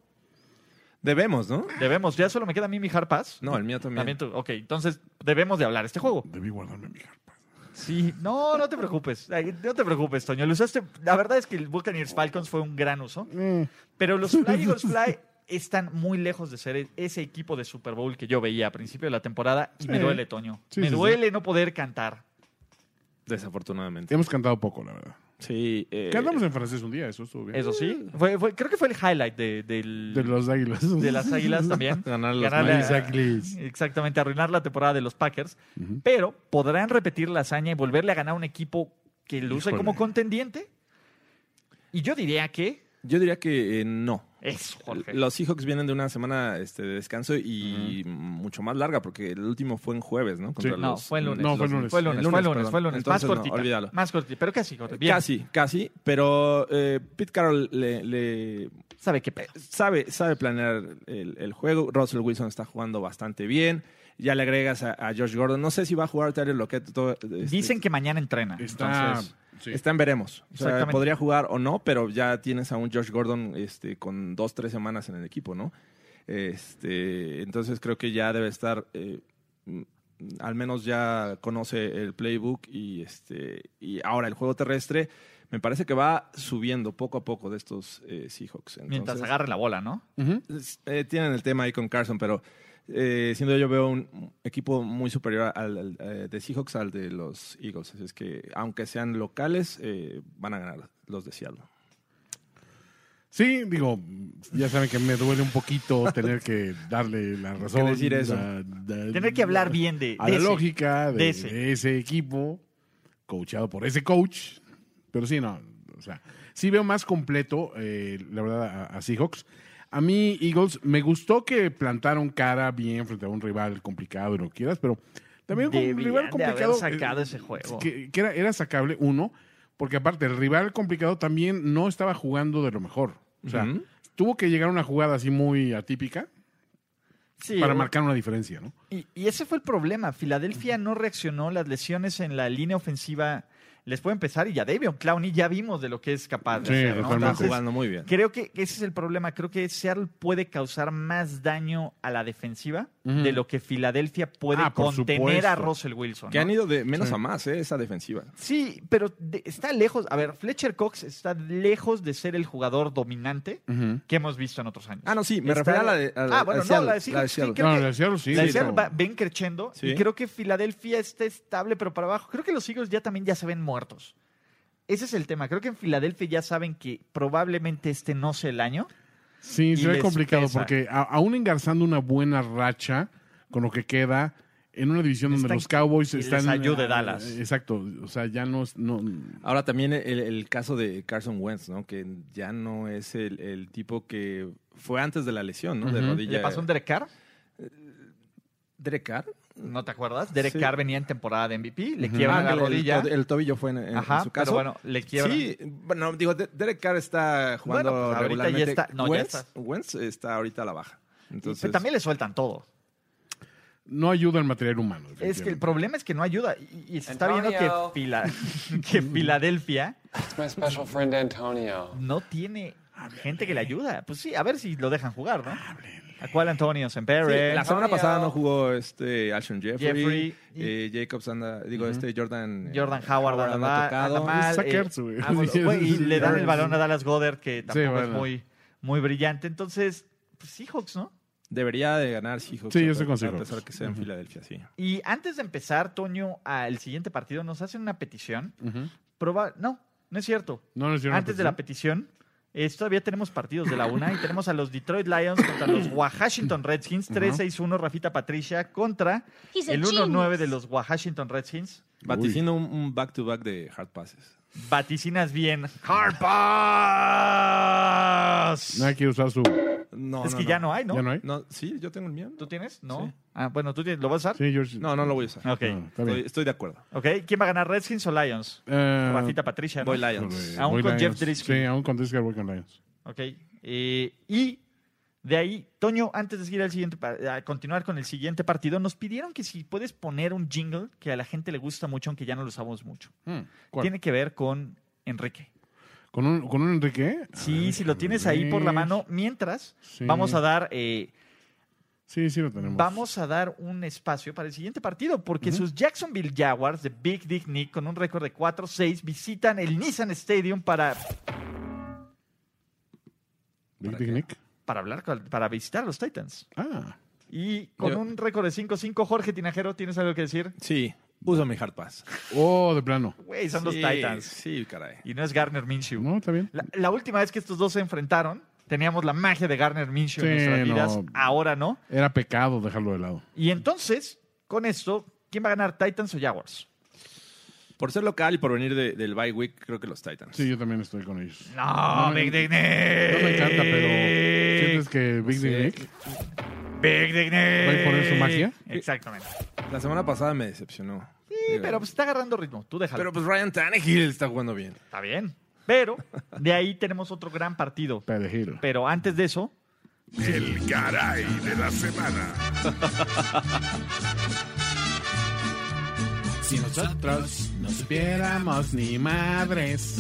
Debemos, ¿no?
Debemos, ya solo me queda a mí mi hard pass.
No, el mío también.
También tú, ok, entonces debemos de hablar de este juego.
Debí guardarme mi carpa.
Sí, no, no te preocupes. Ay, No te preocupes, Toño. Lo usaste. La verdad es que el Buccaneers Falcons fue un gran uso.
Eh.
Pero los Fly
<laughs>
Eagles Fly están muy lejos de ser e- ese equipo de Super Bowl que yo veía a principio de la temporada y me
Sí.
duele, Toño.
Sí,
me
sí, sí.
duele no poder cantar.
Desafortunadamente.
Hemos cantado poco, la verdad.
Sí. eh,
Cantamos en francés un día, eso estuvo bien.
Eso sí. Fue- fue- creo que fue el highlight de, del-
De los águilas. <laughs>
de las Águilas también.
Ganar los
Ganarle a-
Los Águilas.
Exactamente, arruinar la temporada de los Packers. Pero podrán repetir la hazaña y volverle a ganar a un equipo que luce
Híjole.
como contendiente. Y yo diría que
Yo diría que eh, no.
Eso, Jorge.
Los Seahawks vienen de una semana este, de descanso y mucho más larga porque el último fue en jueves, ¿no? Contra
No,
los-
fue el lunes.
No, fue el
los-
lunes.
Fue el lunes,
El
fue el
lunes,
lunes,
perdón.
fue el lunes.
Entonces,
más
no,
cortita.
olvídalo.
Más cortita, pero casi, Jorge. Bien.
Casi, casi, pero eh, Pete Carroll le- le
¿Sabe qué pedo?
sabe, sabe planear el, el juego. Russell Wilson está jugando bastante bien. Ya le agregas a, a George Gordon. No sé si va a jugar Tyler Lockett. todo, este,
Dicen que mañana entrena.
Está.
entonces,
Ah, sí.
Está en veremos. O sea,
Exactamente.
podría jugar o no, pero ya tienes a un George Gordon este, con dos, tres semanas en el equipo, ¿no? Este, entonces creo que ya debe estar. eh, mm, al menos ya conoce el playbook y este. Y ahora el juego terrestre. Me parece que va subiendo poco a poco de estos eh, Seahawks.
mientras
Entonces,
agarre la bola, ¿no?
Ujú.
es- eh, tienen el tema ahí con Carson, pero eh, siendo yo veo un equipo muy superior al, al, eh, de Seahawks al de los Eagles. Así es que, aunque sean locales, eh, van a ganar los de Seattle.
Sí, digo, ya saben que me duele un poquito tener que darle la razón.
decir eso.
la- la-
Tener que hablar bien de,
A
de
la
ese.
lógica de,
de ese.
de ese equipo, coachado por ese coach. Pero sí, no, o sea, sí veo más completo, eh, la verdad, a, a Seahawks. A mí, Eagles, me gustó que plantaron cara bien frente a un rival complicado y lo que quieras, pero también con un
Debían
rival
de
complicado.
haber sacado
eh,
ese juego.
Que, que era, era sacable, uno, porque aparte, el rival complicado también no estaba jugando de lo mejor. O sea,
Ujú.
tuvo que llegar una jugada así muy atípica
Sí,
para
o-
marcar una diferencia, ¿no?
Y, y ese fue el problema. Filadelfia no reaccionó. Las lesiones en la línea ofensiva les puede empezar y ya Davion Clowney ya vimos de lo que es capaz de
Sí,
hacer, ¿no?
totalmente.
Entonces,
jugando muy bien.
Creo que ese es el problema. Creo que Seattle puede causar más daño a la defensiva
Ujú.
de lo que Filadelfia puede
Ah, por
contener a
supuesto.
Russell Wilson.
Que
¿no?
han ido de menos a más, ¿eh? Esa defensiva.
Sí, pero de- está lejos. A ver, Fletcher Cox está lejos de ser el jugador dominante
Ujú.
que hemos visto en otros años.
Ah, no, sí, me
Está-
refiero a la de. a
Ah, bueno,
a
no,
Seattle,
la de Seahawks, sí,
Seattle.
creo
No,
que-
la Seattle sí.
la
sí,
Seattle
pero-
va, ven creciendo
Sí.
y creo que Filadelfia está estable pero para abajo. Creo que los Eagles ya también ya se ven muertos. Ese es el tema. Creo que en Filadelfia ya saben que probablemente este no sea el año.
Sí,
y
se ve
les
complicado
pesa.
porque a- aún engarzando una buena racha con lo que queda en una división donde
Están-
los Cowboys
y les
están.
ayude
eh,
Dallas.
Exacto, o sea, ya no. es- no
Ahora también el, el caso de Carson Wentz, ¿no? Que ya no es el, el tipo que fue antes de la lesión, ¿no? De
Ujú.
rodilla.
Le pasó un Derek Carr,
Derek Carr?
¿no te acuerdas? Derek
Sí.
Carr venía en temporada de MVP, le quiebran
Ah,
la
el-
rodilla.
El, el tobillo fue en, en- en
Ajá,
su
pero
caso.
bueno, le quiebran.
Sí, bueno, digo, De- Derek Carr está jugando
Bueno, pues ahorita ya
regularmente.
está- no, ya
Wentz,
está.
Wentz está ahorita a la baja. Entonces,
Pero también le sueltan todo.
no ayuda el material humano.
Es que el
definitivamente.
problema es que no ayuda. Y, y se está viendo que,
Antonio.
Fila- <laughs> que
Mm.
Filadelfia
It's my special friend Antonio.
no tiene gente que le ayuda. Pues sí, a ver si lo dejan jugar, ¿no? ¿A cuál Antonio
Sí,
Sempere?
la semana
Antonio.
pasada no jugó este Alshon Jeffrey,
Jeffrey, y-
eh, Jacobs anda, digo este Jordan eh,
Jordan Howard, anda,
anda
mal,
tocado.
anda mal,
Zach
eh,
Ertz, güey.
ah, bueno, güey,
<laughs>
y le dan el balón a Dallas Goddard, que tampoco es
bueno.
muy, muy brillante. Entonces, pues Seahawks, ¿no?
Debería de ganar Seahawks.
Sí, yo
a-
estoy con
A
Seahawks.
pesar que sea en Filadelfia, sí.
Y antes de empezar, Toño, al siguiente partido, nos hacen una petición.
Ujú.
Proba- no, no es cierto.
No, no hicieron ¿eh?
Antes de la petición, es- todavía tenemos partidos de la una y tenemos a los Detroit Lions contra
<coughs>
los Washington Redskins, 3-6-1, Rafita Patricia, contra el 1-9 de los Washington Redskins.
Vaticino un- un back-to-back de hard passes.
Vaticinas bien. ¡Harpas!
Nadie quiere usar su.
No,
es que ya no hay, ¿no?
¿Ya no hay?
No, sí, yo tengo el mío.
¿Tú tienes? No.
Sí.
Ah, bueno, ¿tú tienes? ¿Lo vas a usar?
Sí, George.
No, no lo voy a usar.
Ok.
No, Ah, está bien.
Estoy, estoy de acuerdo.
Ok. ¿Quién va a ganar, Redskins o Lions?
Eh,
Rafita Patricia. ¿no?
Voy Lions.
eh,
Aún
voy
con
Lions.
Jeff Driscoll.
Sí, aún con Driscoll voy con Lions.
Ok. eh, y de ahí, Toño, antes de seguir al siguiente, pa- a continuar con el siguiente partido, nos pidieron que si puedes poner un jingle que a la gente le gusta mucho, aunque ya no lo usamos mucho.
¿Cuál?
Hmm. Tiene que ver con Enrique.
¿Con un, ¿Con un Enrique?
Sí, si lo tienes ahí por la mano. Mientras,
Sí.
vamos a dar. eh,
Sí, sí lo tenemos.
Vamos a dar un espacio para el siguiente partido, porque sus Jacksonville Jaguars de Big Dick Nick, con un récord de 4-6, visitan el Nissan Stadium para,
Big Dick Nick.
para, hablar con- para visitar a los Titans.
Ah.
Y con
Yo-
un récord de 5-5, Jorge Tinajero, ¿tienes algo que decir?
Sí, uso mi hard pass.
Oh, de plano.
Güey, son los
Sí,
Titans.
Sí, caray.
Y no es Garner Minshew.
No, está bien.
La, la última vez que estos dos se enfrentaron, teníamos la magia de Garner Minshew en
Sí,
nuestras
no.
vidas. Ahora no.
Era pecado dejarlo de lado.
Y entonces, con esto, ¿quién va a ganar, Titans o Jaguars?
Por ser local y por venir de- del bye week, creo que los Titans.
Sí, yo también estoy con ellos.
No, Big Dick Nick.
No me encanta, pero sientes que Big Dick Nick.
Big Dick Nick.
¿Va a imponer su magia?
Exactamente.
La semana pasada me decepcionó.
Sí, pero pues está agarrando ritmo. Tú déjalo.
Pero pues Ryan Tannehill está jugando bien.
Está bien. Pero de ahí tenemos otro gran partido.
Perejil.
Pero antes de eso,
El caray de la semana.
<laughs> Si nosotros no supiéramos ni madres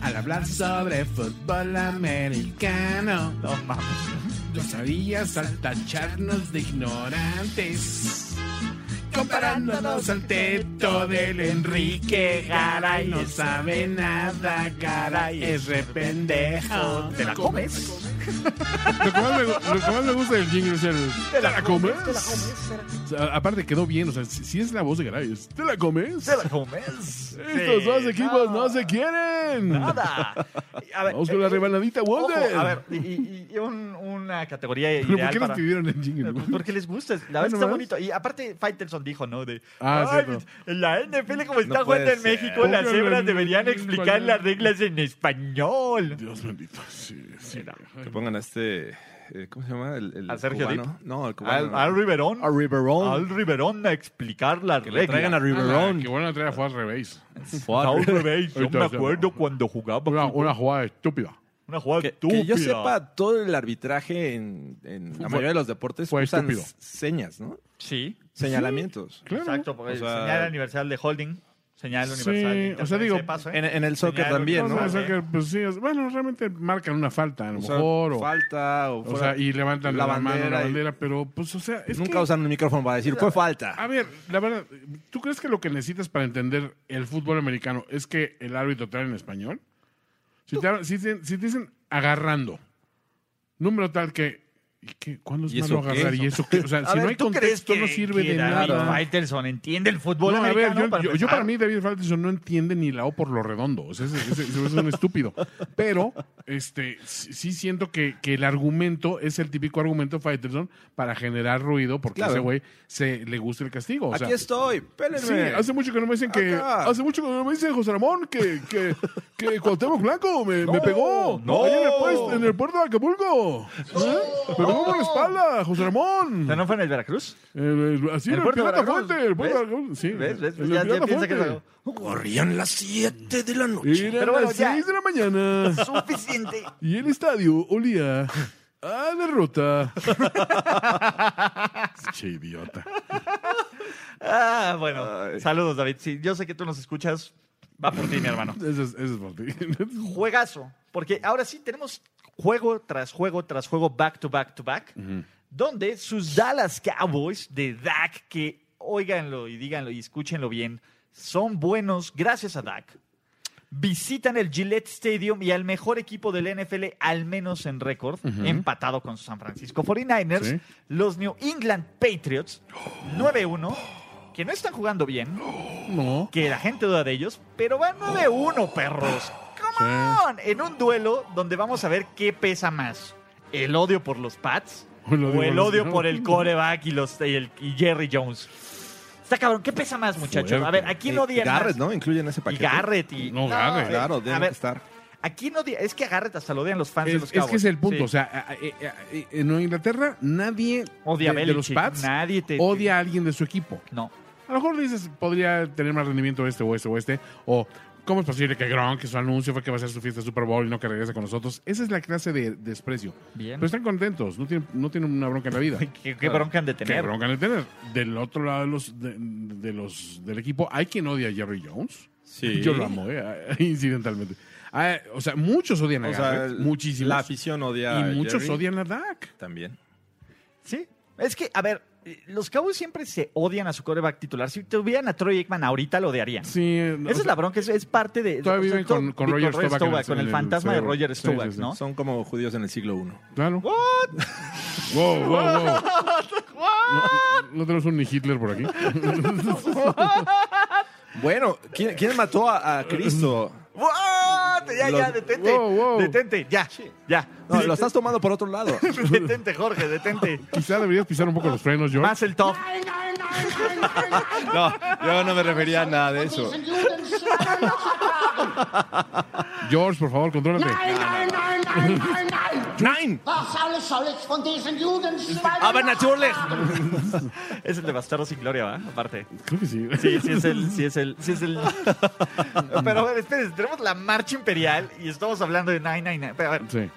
al hablar sobre fútbol americano,
no mames.
los harías al tacharnos de ignorantes. Comparándonos al teto del Enrique Garay, no sabe nada, Garay es rependejo.
¿Te la comes?
<laughs> Lo que, más me, gu- lo que más me gusta del jingle es el... ¿Te la comes? O sea, aparte quedó bien, o sea, si, si es la voz de Garay, es, ¿te la comes?
¿Te la comes?
Estos
Sí,
dos equipos no, se quieren.
Nada. A ver,
Vamos con la
eh,
rebanadita
ojo,
Wonder.
a ver, y, y- y un- una categoría
¿Pero
ideal
por qué
para...
nos pidieron el jingle?
Pues porque les gusta, la
Ah,
verdad
¿no
está
más?
bonito. Y aparte, Faitelson dijo, ¿no? De,
Ah,
"Ay,
cierto.
pues, la NFL como está jugando
No puede
en
ser.
México, las
Póngalo
hebras
en
deberían explicar
español".
las reglas en español.
Dios bendito. Sí, sí.
Mira,
Que pongan a este. eh, ¿Cómo se llama? El, el
¿A Sergio
cubano.
Dip?
No, el
Al,
cubano.
al Riverón.
A Riverón.
Al Riverón a explicar las
que le traigan a
reglas.
Riverón.
Que Ah, bueno traer fue al revés.
Al revés, Yo
Ahorita
me
se-
acuerdo cuando
Una,
jugaba
una jugada estúpida.
una jugada
que,
estúpida.
que yo sepa, todo el arbitraje en, en la mayoría de los deportes
fue
usan
estúpido.
señas, ¿no?
Sí,
Señalamientos.
Claro.
exacto. porque
O sea-
señal aniversario de holding. Señal
Sí,
universal. de
o
internet,
sea, digo,
ese paso, ¿eh?
En, en el soccer
Señal
también,
No,
¿no?
no, o sea
Vale.
que, pues, sí, es- bueno, realmente marcan una falta, a lo
O sea,
mejor. O,
falta o,
o
fuera-
sea, y levantan la,
la
mano
bandera
la
y-
bandera, pero pues, o sea, es
nunca
que-
usan el micrófono para decir fue falta.
A ver, la verdad, ¿tú crees que lo que necesitas para entender el fútbol americano es que el árbitro te habla en español? Si te, hablan- si te- si te dicen agarrando, número tal que. ¿y qué? ¿Cuándo es
¿Y
malo
eso qué?
agarrar? ¿Y eso qué? O sea,
A
si
ver,
no hay
¿tú crees
contexto, no
que-
sirve
que
de
David
nada.
Faitelson entiende el fútbol
No, a ver,
americano.
yo, yo- yo para
empezar?
mí David Faitelson no entiende ni la O por lo redondo. O sea, ese- ese- ese es un estúpido. Pero este sí sí siento que, que el argumento es el típico argumento de Faitelson para generar ruido porque
Claro.
ese güey se le gusta el castigo. O sea,
Aquí estoy, pélenme.
Sí, hace mucho que no me dicen que.
Acá.
Hace mucho que no me dicen José Ramón que, que, que Cuauhtémoc Blanco me, me pegó.
no.
Allá en el, puest- en el puerto de Acapulco. ¿Eh? Me pegó por la espalda, José Ramón.
O sea, ¿No fue en el Veracruz?
Eh, eh, así
¿En
en
el
el
puerto de
Pirata
Veracruz?
Fuente. El puerto de
¿Ves?
Acapulcos, Sí.
¿Ves? ¿Ves?
en el
Ya, ya
Pirata
piensa que
Fuente.
no.
Corrían las 7 de la noche.
Eran
Pero bueno,
las
ya.
6 de la mañana
Suficiente.
y el estadio olía a
<laughs>
derrota. che, idiota.
Ah, bueno. Saludos, David. Sí, yo sé que tú nos escuchas. Va por ti, mi hermano.
Eso es, eso es
<laughs>
por ti.
Juegazo. Porque ahora sí tenemos juego tras juego tras juego, back to back to back. Donde sus Dallas Cowboys de Dak, que óiganlo y díganlo y escúchenlo bien, son buenos gracias a Dak. Visitan el Gillette Stadium y al mejor equipo del NFL, al menos en récord, empatado con San Francisco 49ers,
Sí.
los New England Patriots, 9-1, que no están jugando bien,
No.
que la gente duda de ellos, pero van 9-1, perros. ¡Come on! En un duelo donde vamos a ver qué pesa más. ¿El odio por los Pats?
O el odio
¿O
por
el
los
odio
Browns.
por el coreback y, los, y, el- y Jerry Jones? Está cabrón. ¿Qué pesa más, muchachos? A ver, ¿a quién
Eh,
odian
Garrett,
más?
¿no? Incluyen ese
Y
paquete.
Garrett. Y...
No, Garrett.
eh,
Claro,
a
deben
ver,
que estar.
¿A quién odia? Es que a Garrett hasta lo odian los fans de
Es,
los
es
Cowboys.
que es el punto,
Sí.
o sea, a- a- a- en Nueva Inglaterra nadie
Odia a
de, de los
Belichick,
Pats
nadie te-
odia a alguien de su equipo.
No.
A lo mejor dices, podría tener más rendimiento este o este o este, o cómo es posible que Gronk, que su anuncio fue que va a ser su fiesta de Super Bowl y no que regrese con nosotros. Esa es la clase de desprecio.
Bien.
Pero están contentos, no tienen, no tienen una bronca en la vida.
¿Qué, qué bronca han de
Qué
tener?
bronca han de tener. Del otro lado de los, de, de los del equipo, hay quien odia a Jerry Jones.
Sí.
Yo lo amo, eh, <laughs> incidentalmente. Ah, o sea, muchos odian a
O sea,
Garrett, muchísimos.
La afición odia. a
Y muchos
Jerry
odian a Dak.
También.
Sí. Es que, a ver, eh, los Cowboys siempre se odian a su coreback titular. Si tuvieran a Troy Aikman ahorita, lo odiarían.
Sí,
Esa es la bronca, es, es parte de.
Todavía
o sea,
viven
todo-
con- con Roger Staubach en el-
con
en
el
el
fantasma de
cerebro.
Roger
Sí,
Staubach,
sí, sí.
¿no?
Son como judíos en el siglo I.
Claro. Wow, wow,
<laughs>
wow. No, no tenemos un ni Hitler por aquí.
Bueno, ¿quién, quién mató a, a Cristo?
¡What! Ya, ya,
Los-
detente.
Wow, wow.
Detente, ya, ya.
No, lo estás tomando por otro lado.
<laughs> detente, Jorge, detente.
Quizá deberías pisar un poco los frenos, George.
Más el top.
<laughs> No, yo no me refería a nada de eso.
George, por favor, contrólate.
Nine.
Aber
Ah,
Aber natürlich.
<laughs> Es el de Bastardo sin Gloria, ¿va? Aparte.
Creo que sí.
Sí, sí es el, sí es el, sí es
<laughs>
el. Pero a ver, espérense, tenemos la marcha imperial y estamos hablando de 999. Pero a ver,
Sí.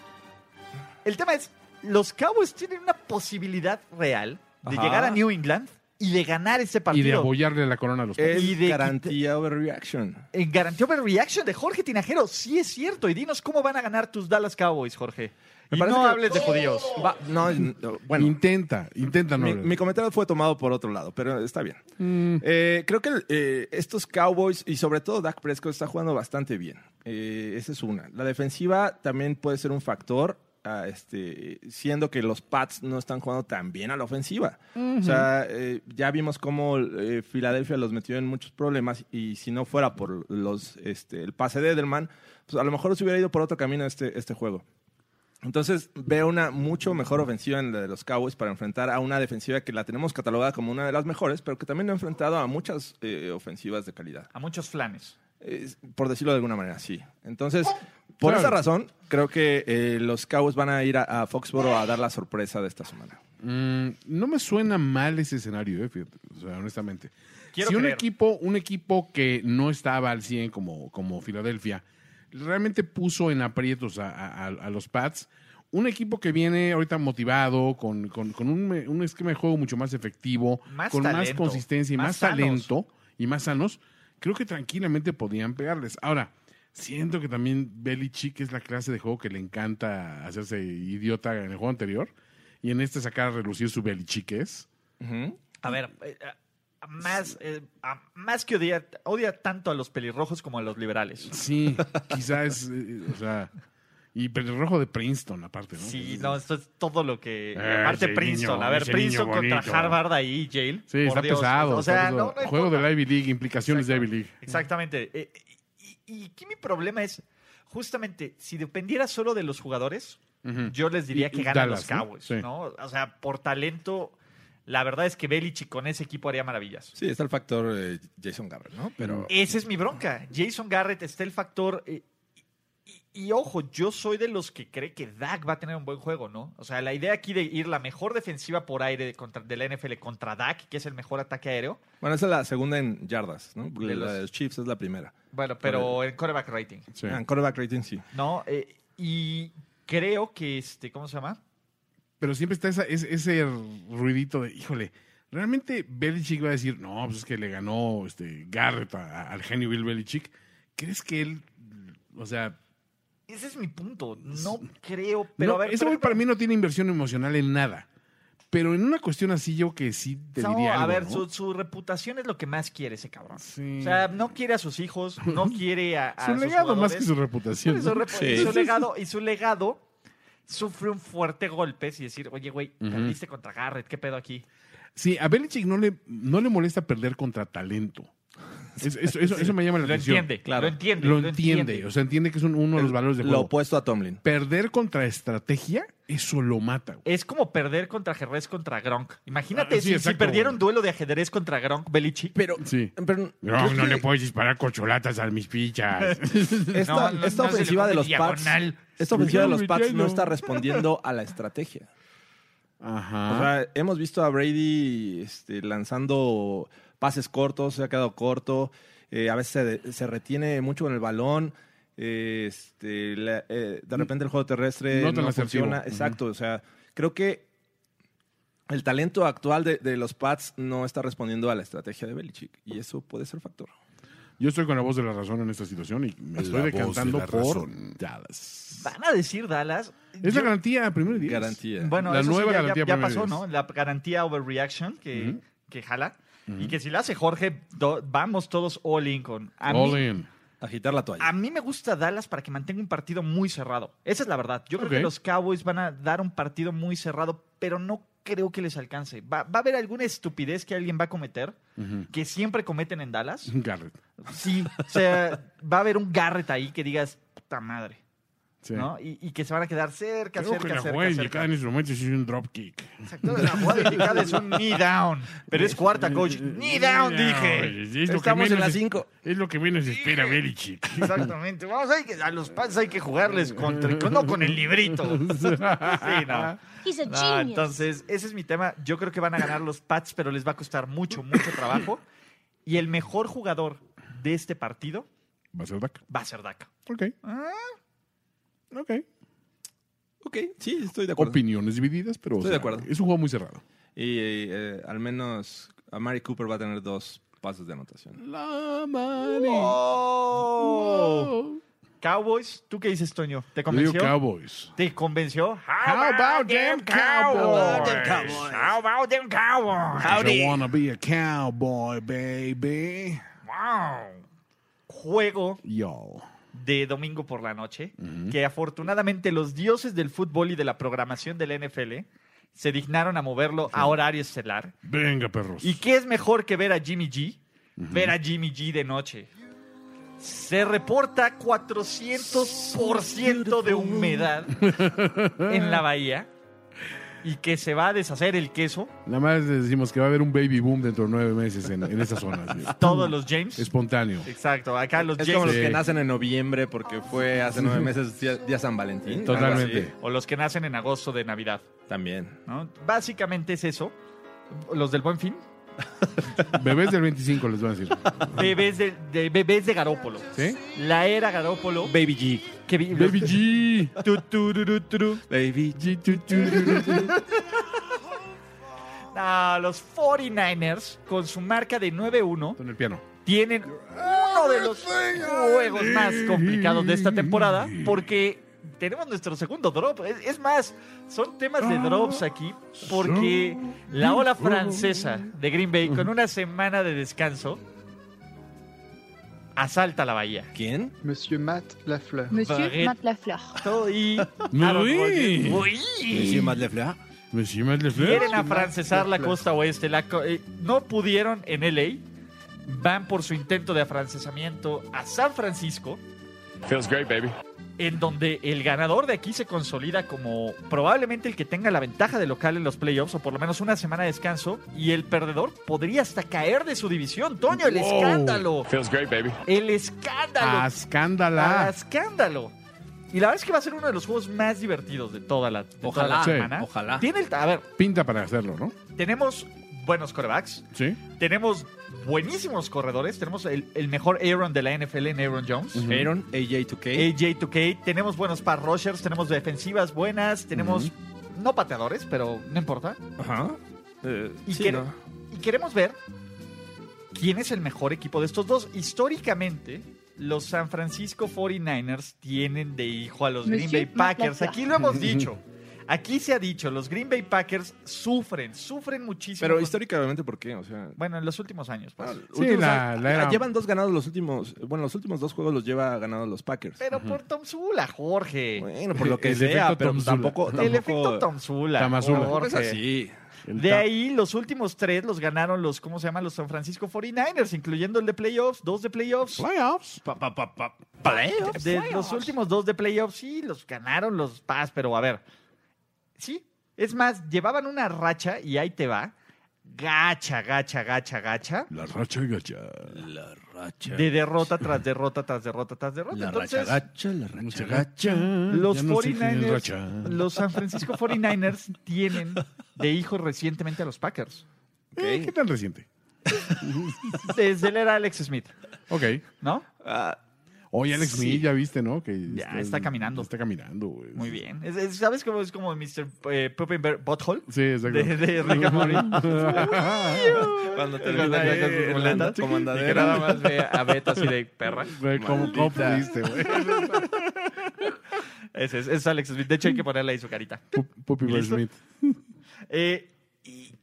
El tema es, los Cowboys tienen una posibilidad real de
Ajá.
llegar a New England y de ganar ese
Y de
partido.
apoyarle la corona a los
Eh,
Pats.
Y de-
Es garantía overreaction.
en garantía overreaction de Jorge Tinajero, sí es cierto. Y dinos cómo van a ganar tus Dallas Cowboys, Jorge.
Me
Y
parece
no
que-
hables
¡Oh!
de judíos.
Va- Mm, no, n- bueno.
Intenta, intenta no.
Mi,
hablar.
mi comentario fue tomado por otro lado, pero está bien.
Mm.
Eh, creo que eh, estos Cowboys y sobre todo Dak Prescott está jugando bastante bien. Eh, esa es una. La defensiva también puede ser un factor, ah, este, siendo que los Pats no están jugando tan bien a la ofensiva. O sea, eh, ya vimos cómo eh, Filadelfia los metió en muchos problemas y si no fuera por los, este, el pase de Edelman, pues a lo mejor se hubiera ido por otro camino este, este juego. Entonces veo una mucho mejor ofensiva en la de los Cowboys para enfrentar a una defensiva que la tenemos catalogada como una de las mejores, pero que también ha enfrentado a muchas eh, ofensivas de calidad,
A muchos flanes.
Es- por decirlo de alguna manera, sí. Entonces, por
Claro.
esa razón, creo que eh, los Cowboys van a ir a, a Foxboro a dar la sorpresa de esta semana.
Mm, no me suena mal ese escenario, eh, fíjate, o sea, honestamente.
Quiero
si un
creer.
equipo, un equipo que no estaba al 100 como, como Filadelfia, realmente puso en aprietos a, a- a- a los Pats, un equipo que viene ahorita motivado, con, con- con un, me- un esquema de juego mucho más efectivo,
Más
con más
talento,
consistencia y
más
más,
sanos.
talento y más sanos, creo que tranquilamente podían pegarles. Ahora, siento que también Belichick es la clase de juego que le encanta hacerse idiota en el juego anterior y en este sacar a relucir su Belichickes.
A ver, eh, a- más, eh, a- más que odiar, odia tanto a los pelirrojos como a los liberales. <laughs>
Sí, quizás, eh, o sea, y pelirrojo de Princeton aparte, ¿no?
Sí, no, esto es todo lo que.
Ah,
aparte,
ese
Princeton.
niño,
a ver,
ese
Princeton
niño
contra
bonito.
Harvard ahí, Yale.
Sí, está
por Dios.
pesado.
O sea,
está
no,
pesado.
no
Juego
importa.
de la Ivy League, implicaciones de Ivy League.
Exactamente. Eh, y, y aquí mi problema es, justamente, si dependiera solo de los jugadores,
Ujú.
yo les diría
Mm. Y-
que
y
ganan
Dallas,
los
¿no?
Cowboys,
Sí.
¿no? O sea, por talento, la verdad es que Belichick con ese equipo haría maravillas.
Sí, está el factor eh, Jason Gabriel, ¿no? Pero
Esa es mi bronca. Jason Garrett está el factor. eh, y, y- y ojo, yo soy de los que cree que Dak va a tener un buen juego, ¿no? O sea, la idea aquí de ir la mejor defensiva por aire de, contra, de la NFL contra Dak, que es el mejor ataque aéreo.
bueno, esa es la segunda en yardas, ¿no?
De
la
los-
de los Chiefs es la primera.
Bueno, pero en quarterback rating,
Sí.
Ah, En quarterback rating sí.
¿no? Eh, y creo que este, ¿cómo se llama?
Pero siempre está esa- es- ese ruidito de, híjole, realmente Belichick va a decir, no, pues es que le ganó este, Garrett a- a- al genio Bill Belichick. ¿Crees que él, o sea,
Ese es mi punto. No creo, pero
no,
a ver.
ese
pero-
güey para mí no tiene inversión emocional en nada? Pero en una cuestión así yo que sí te
No,
diría algo,
a ver,
¿no?
su, su reputación es lo que más quiere ese cabrón.
Sí.
O sea, no quiere a sus hijos, no
<laughs>
quiere a, a
Su
sus
legado más que
jugadores.
su reputación.
Por eso,
¿no?
repo- y su legado, y su legado sufre un fuerte golpe y decir, oye, güey, perdiste contra Garrett, ¿qué pedo aquí?
Sí, a Belichick no le, no le molesta perder contra talento. Es- eso, eso- eso me llama la
Lo
atención.
entiende, claro. Lo entiende.
Lo entiende, o sea, entiende que es un- uno de los valores de
Lo
juego.
opuesto a Tomlin.
Perder contra estrategia, eso lo mata. güey.
Es como perder contra Jerez contra Gronk. Imagínate
Ah, sí,
si- si,
exacto.
perdieron duelo de ajedrez contra Gronk, Belichick.
Pero,
Sí.
pero
No,
creo
no
que
le puedes disparar cocholatas a mis <laughs> pichas.
esta,
No, no,
esta
no se le
ofensiva
come
de los Pats,
diagonal.
esta ofensiva de los
Estoy
Pats
mintiendo.
no está
<laughs>
respondiendo a la estrategia.
Ajá.
O sea, hemos visto a Brady este, lanzando pases cortos, se ha quedado corto, eh, a veces se, de- se retiene mucho con el balón, eh, este, la- eh, de repente el juego terrestre
No
no,
tan asertivo.
funciona.
Ujú.
Exacto, o sea, creo que el talento actual de, de los Pats no está respondiendo a la estrategia de Belichick y eso puede ser factor.
Yo estoy con la voz de la razón en esta situación y me estoy
La voz de
decantando
la
por
razón.
Dallas.
Van a decir Dallas.
Es
yo-
la garantía, primero y diez.
Garantía.
Bueno,
La
eso sí,
nueva
ya- ya-
garantía
ya,
para
pasó,
Mercedes.
¿no? La garantía overreaction que, que jala. Y que si la hace Jorge, do- vamos todos all in con. A mí,
All in.
Agitar la
A
toalla.
mí me gusta Dallas para que mantenga un partido muy cerrado. Esa es la verdad. Yo
Ok.
creo que los Cowboys van a dar un partido muy cerrado, pero no creo que les alcance. Va, va a haber alguna estupidez que alguien va a cometer, que siempre cometen en Dallas.
<laughs> Garrett.
Sí, o sea, va a haber un Garrett ahí que digas, puta madre,
Sí.
¿no? Y, y que se van a quedar cerca,
Creo que
cerca,
la
cerca.
jugada
cerca.
indicada en ese momento es un dropkick.
Exacto, la jugada indicada es un knee down, pero es cuarta, coach. Knee down, dije.
Es lo que
Estamos en
menos
la
es-
5.
Es lo que menos espera Belichick.
Exactamente. Vamos, hay que- a los Pats hay que jugarles contra, no con el librito. <laughs> Sí, no.
He's a
No,
genius.
entonces, ese es mi tema. Yo creo que van a ganar los Pats, pero les va a costar mucho, mucho trabajo. Y el mejor jugador de este partido
Va a ser Dak.
va a ser Dak.
Ok. Ok.
Ok, sí, estoy de acuerdo.
Opiniones divididas, pero o
Estoy de
sea,
acuerdo.
es un juego muy cerrado.
Y eh, al menos a Mary Cooper va a tener dos pasos de anotación.
La mani.
Oh. Cowboys, ¿tú qué dices, Toño? ¿Te
Yo digo
convenció?
Cowboys.
¿Te convenció?
How about them Cowboys?
How about them Cowboys?
I wanna be a cowboy, baby.
Wow. Juego
Yo.
de domingo por la noche, que afortunadamente los dioses del fútbol y de la programación del NFL se dignaron a moverlo a horario estelar.
Venga, perros.
¿Y qué es mejor que ver a Jimmy G? Ver a Jimmy G de noche. Se reporta 400% de humedad en la bahía y que se va a deshacer el queso.
Nada más les decimos que va a haber un baby boom dentro de nueve meses en, en esa zona. así.
<laughs> Todos los James.
Espontáneo.
Exacto, acá los
Es
James.
como los
Sí.
que nacen en noviembre porque fue hace nueve meses día, día San Valentín. algo
Totalmente.
O los que nacen en agosto de Navidad.
así. También.
¿no? Básicamente es eso. Los del Buen Fin.
Bebés del 25 les van a decir.
Bebés de, de- bebés de Garópolo. <laughs>
¿Sí?
La era Garópolo.
Baby G.
que vi-
Baby G.
Tu, tu, ru, ru, tu, ru.
Baby G.
Tu, tu, tu, tu, tu.
No, los Ah, 49ers, con su marca de 9-1,
Con el piano.
tienen uno de los juegos más complicados de esta temporada porque tenemos nuestro segundo drop. Es, es más, son temas de drops aquí porque la ola francesa de Green Bay con una semana de descanso asalta la bahía.
¿Quién?
Monsieur Matt Lafleur.
Barret.
Monsieur Matt Lafleur.
Y Aaron
Oui.
Rodgers- Uy.
Monsieur Madlefleur.
Monsieur Madlefleur.
Quieren afrancesar la costa oeste. la co- eh, no pudieron en LA. Van por su intento de afrancesamiento a San Francisco,
Feels great, baby.
en donde el ganador de aquí se consolida como probablemente el que tenga la ventaja de local en los playoffs o por lo menos una semana de descanso. Y el perdedor podría hasta caer de su división. Toño, el
Wow.
escándalo.
Feels great, baby.
El escándalo.
A
Ah,
escándala.
escándalo. Y la verdad es que va a ser uno de los juegos más divertidos de toda la, de toda
Ojalá,
la
sí,
semana.
ojalá.
Tiene el, a ver,
Pinta para hacerlo, ¿no?
tenemos buenos corebacks,
Sí.
tenemos buenísimos corredores, tenemos el, el mejor Aaron de la NFL en Aaron Jones.
Aaron,
Eh,
AJ2K.
AJ2K, tenemos buenos pass rushers, tenemos defensivas buenas, tenemos no pateadores, pero no importa.
Ajá. Eh,
Y,
sí,
quere-
¿no?
y queremos ver quién es el mejor equipo de estos dos. Históricamente, los San Francisco 49ers tienen de hijo a los Green
Monsieur
Bay Packers.
Matata.
Aquí lo hemos dicho. Aquí se ha dicho, los Green Bay Packers sufren, sufren muchísimo.
Pero
con-
históricamente, ¿por qué? O sea, ah,
Bueno, en los últimos años, pues.
Sí,
últimos
la,
años- ah,
la era-
llevan dos ganados los últimos. Bueno, los últimos dos juegos los lleva ganados los Packers.
Pero por Tom Zula, Jorge.
Bueno, por lo que
El
sea,
efecto
pero
Tom Zula.
tampoco, tampoco.
El efecto Tom Zula.
Tamazula.
tampoco
Jorge.
es así.
el
De
ta-
ahí los últimos tres los ganaron los, ¿cómo se llaman? Los San Francisco 49ers, incluyendo el de playoffs, dos de playoffs.
Playoffs.
De los últimos dos de playoffs, sí, los ganaron los Paz, pero a ver. Sí, es más, llevaban una racha y ahí te va. Gacha, gacha, gacha, gacha.
La racha gacha.
La racha.
De derrota tras derrota tras derrota tras derrota.
La racha
Entonces,
gacha, la racha
Mucha
gacha.
gacha.
los
Ya no sé quién es
49ers,
racha.
los San Francisco 49ers tienen de hijos recientemente a los Packers.
Eh, ¿Qué tan reciente?
Desde él era Alex Smith,
Ok.
¿no?
Oye, Alex
Sí.
Smith, ya viste, ¿no? Que este,
Ya, está caminando.
Está caminando, güey.
Muy bien. Es- es- ¿Sabes cómo es como Mr. Eh, Poppin' Bear- Butthole?
Sí, exacto.
De, de Rick and Morty.
Cuando te
Cuando
la
llega
eh,
con sus muletas. Y que nada más ve a
<laughs>
Beto así de perra.
<laughs> Güey, ¿Cómo, ¿Cómo pudiste, güey?
Ese es, es Alex Smith. De hecho, hay
Mm.
que ponerle ahí su carita.
Pu- Puppy Bear
¿Listo?
Smith.
Eh, y-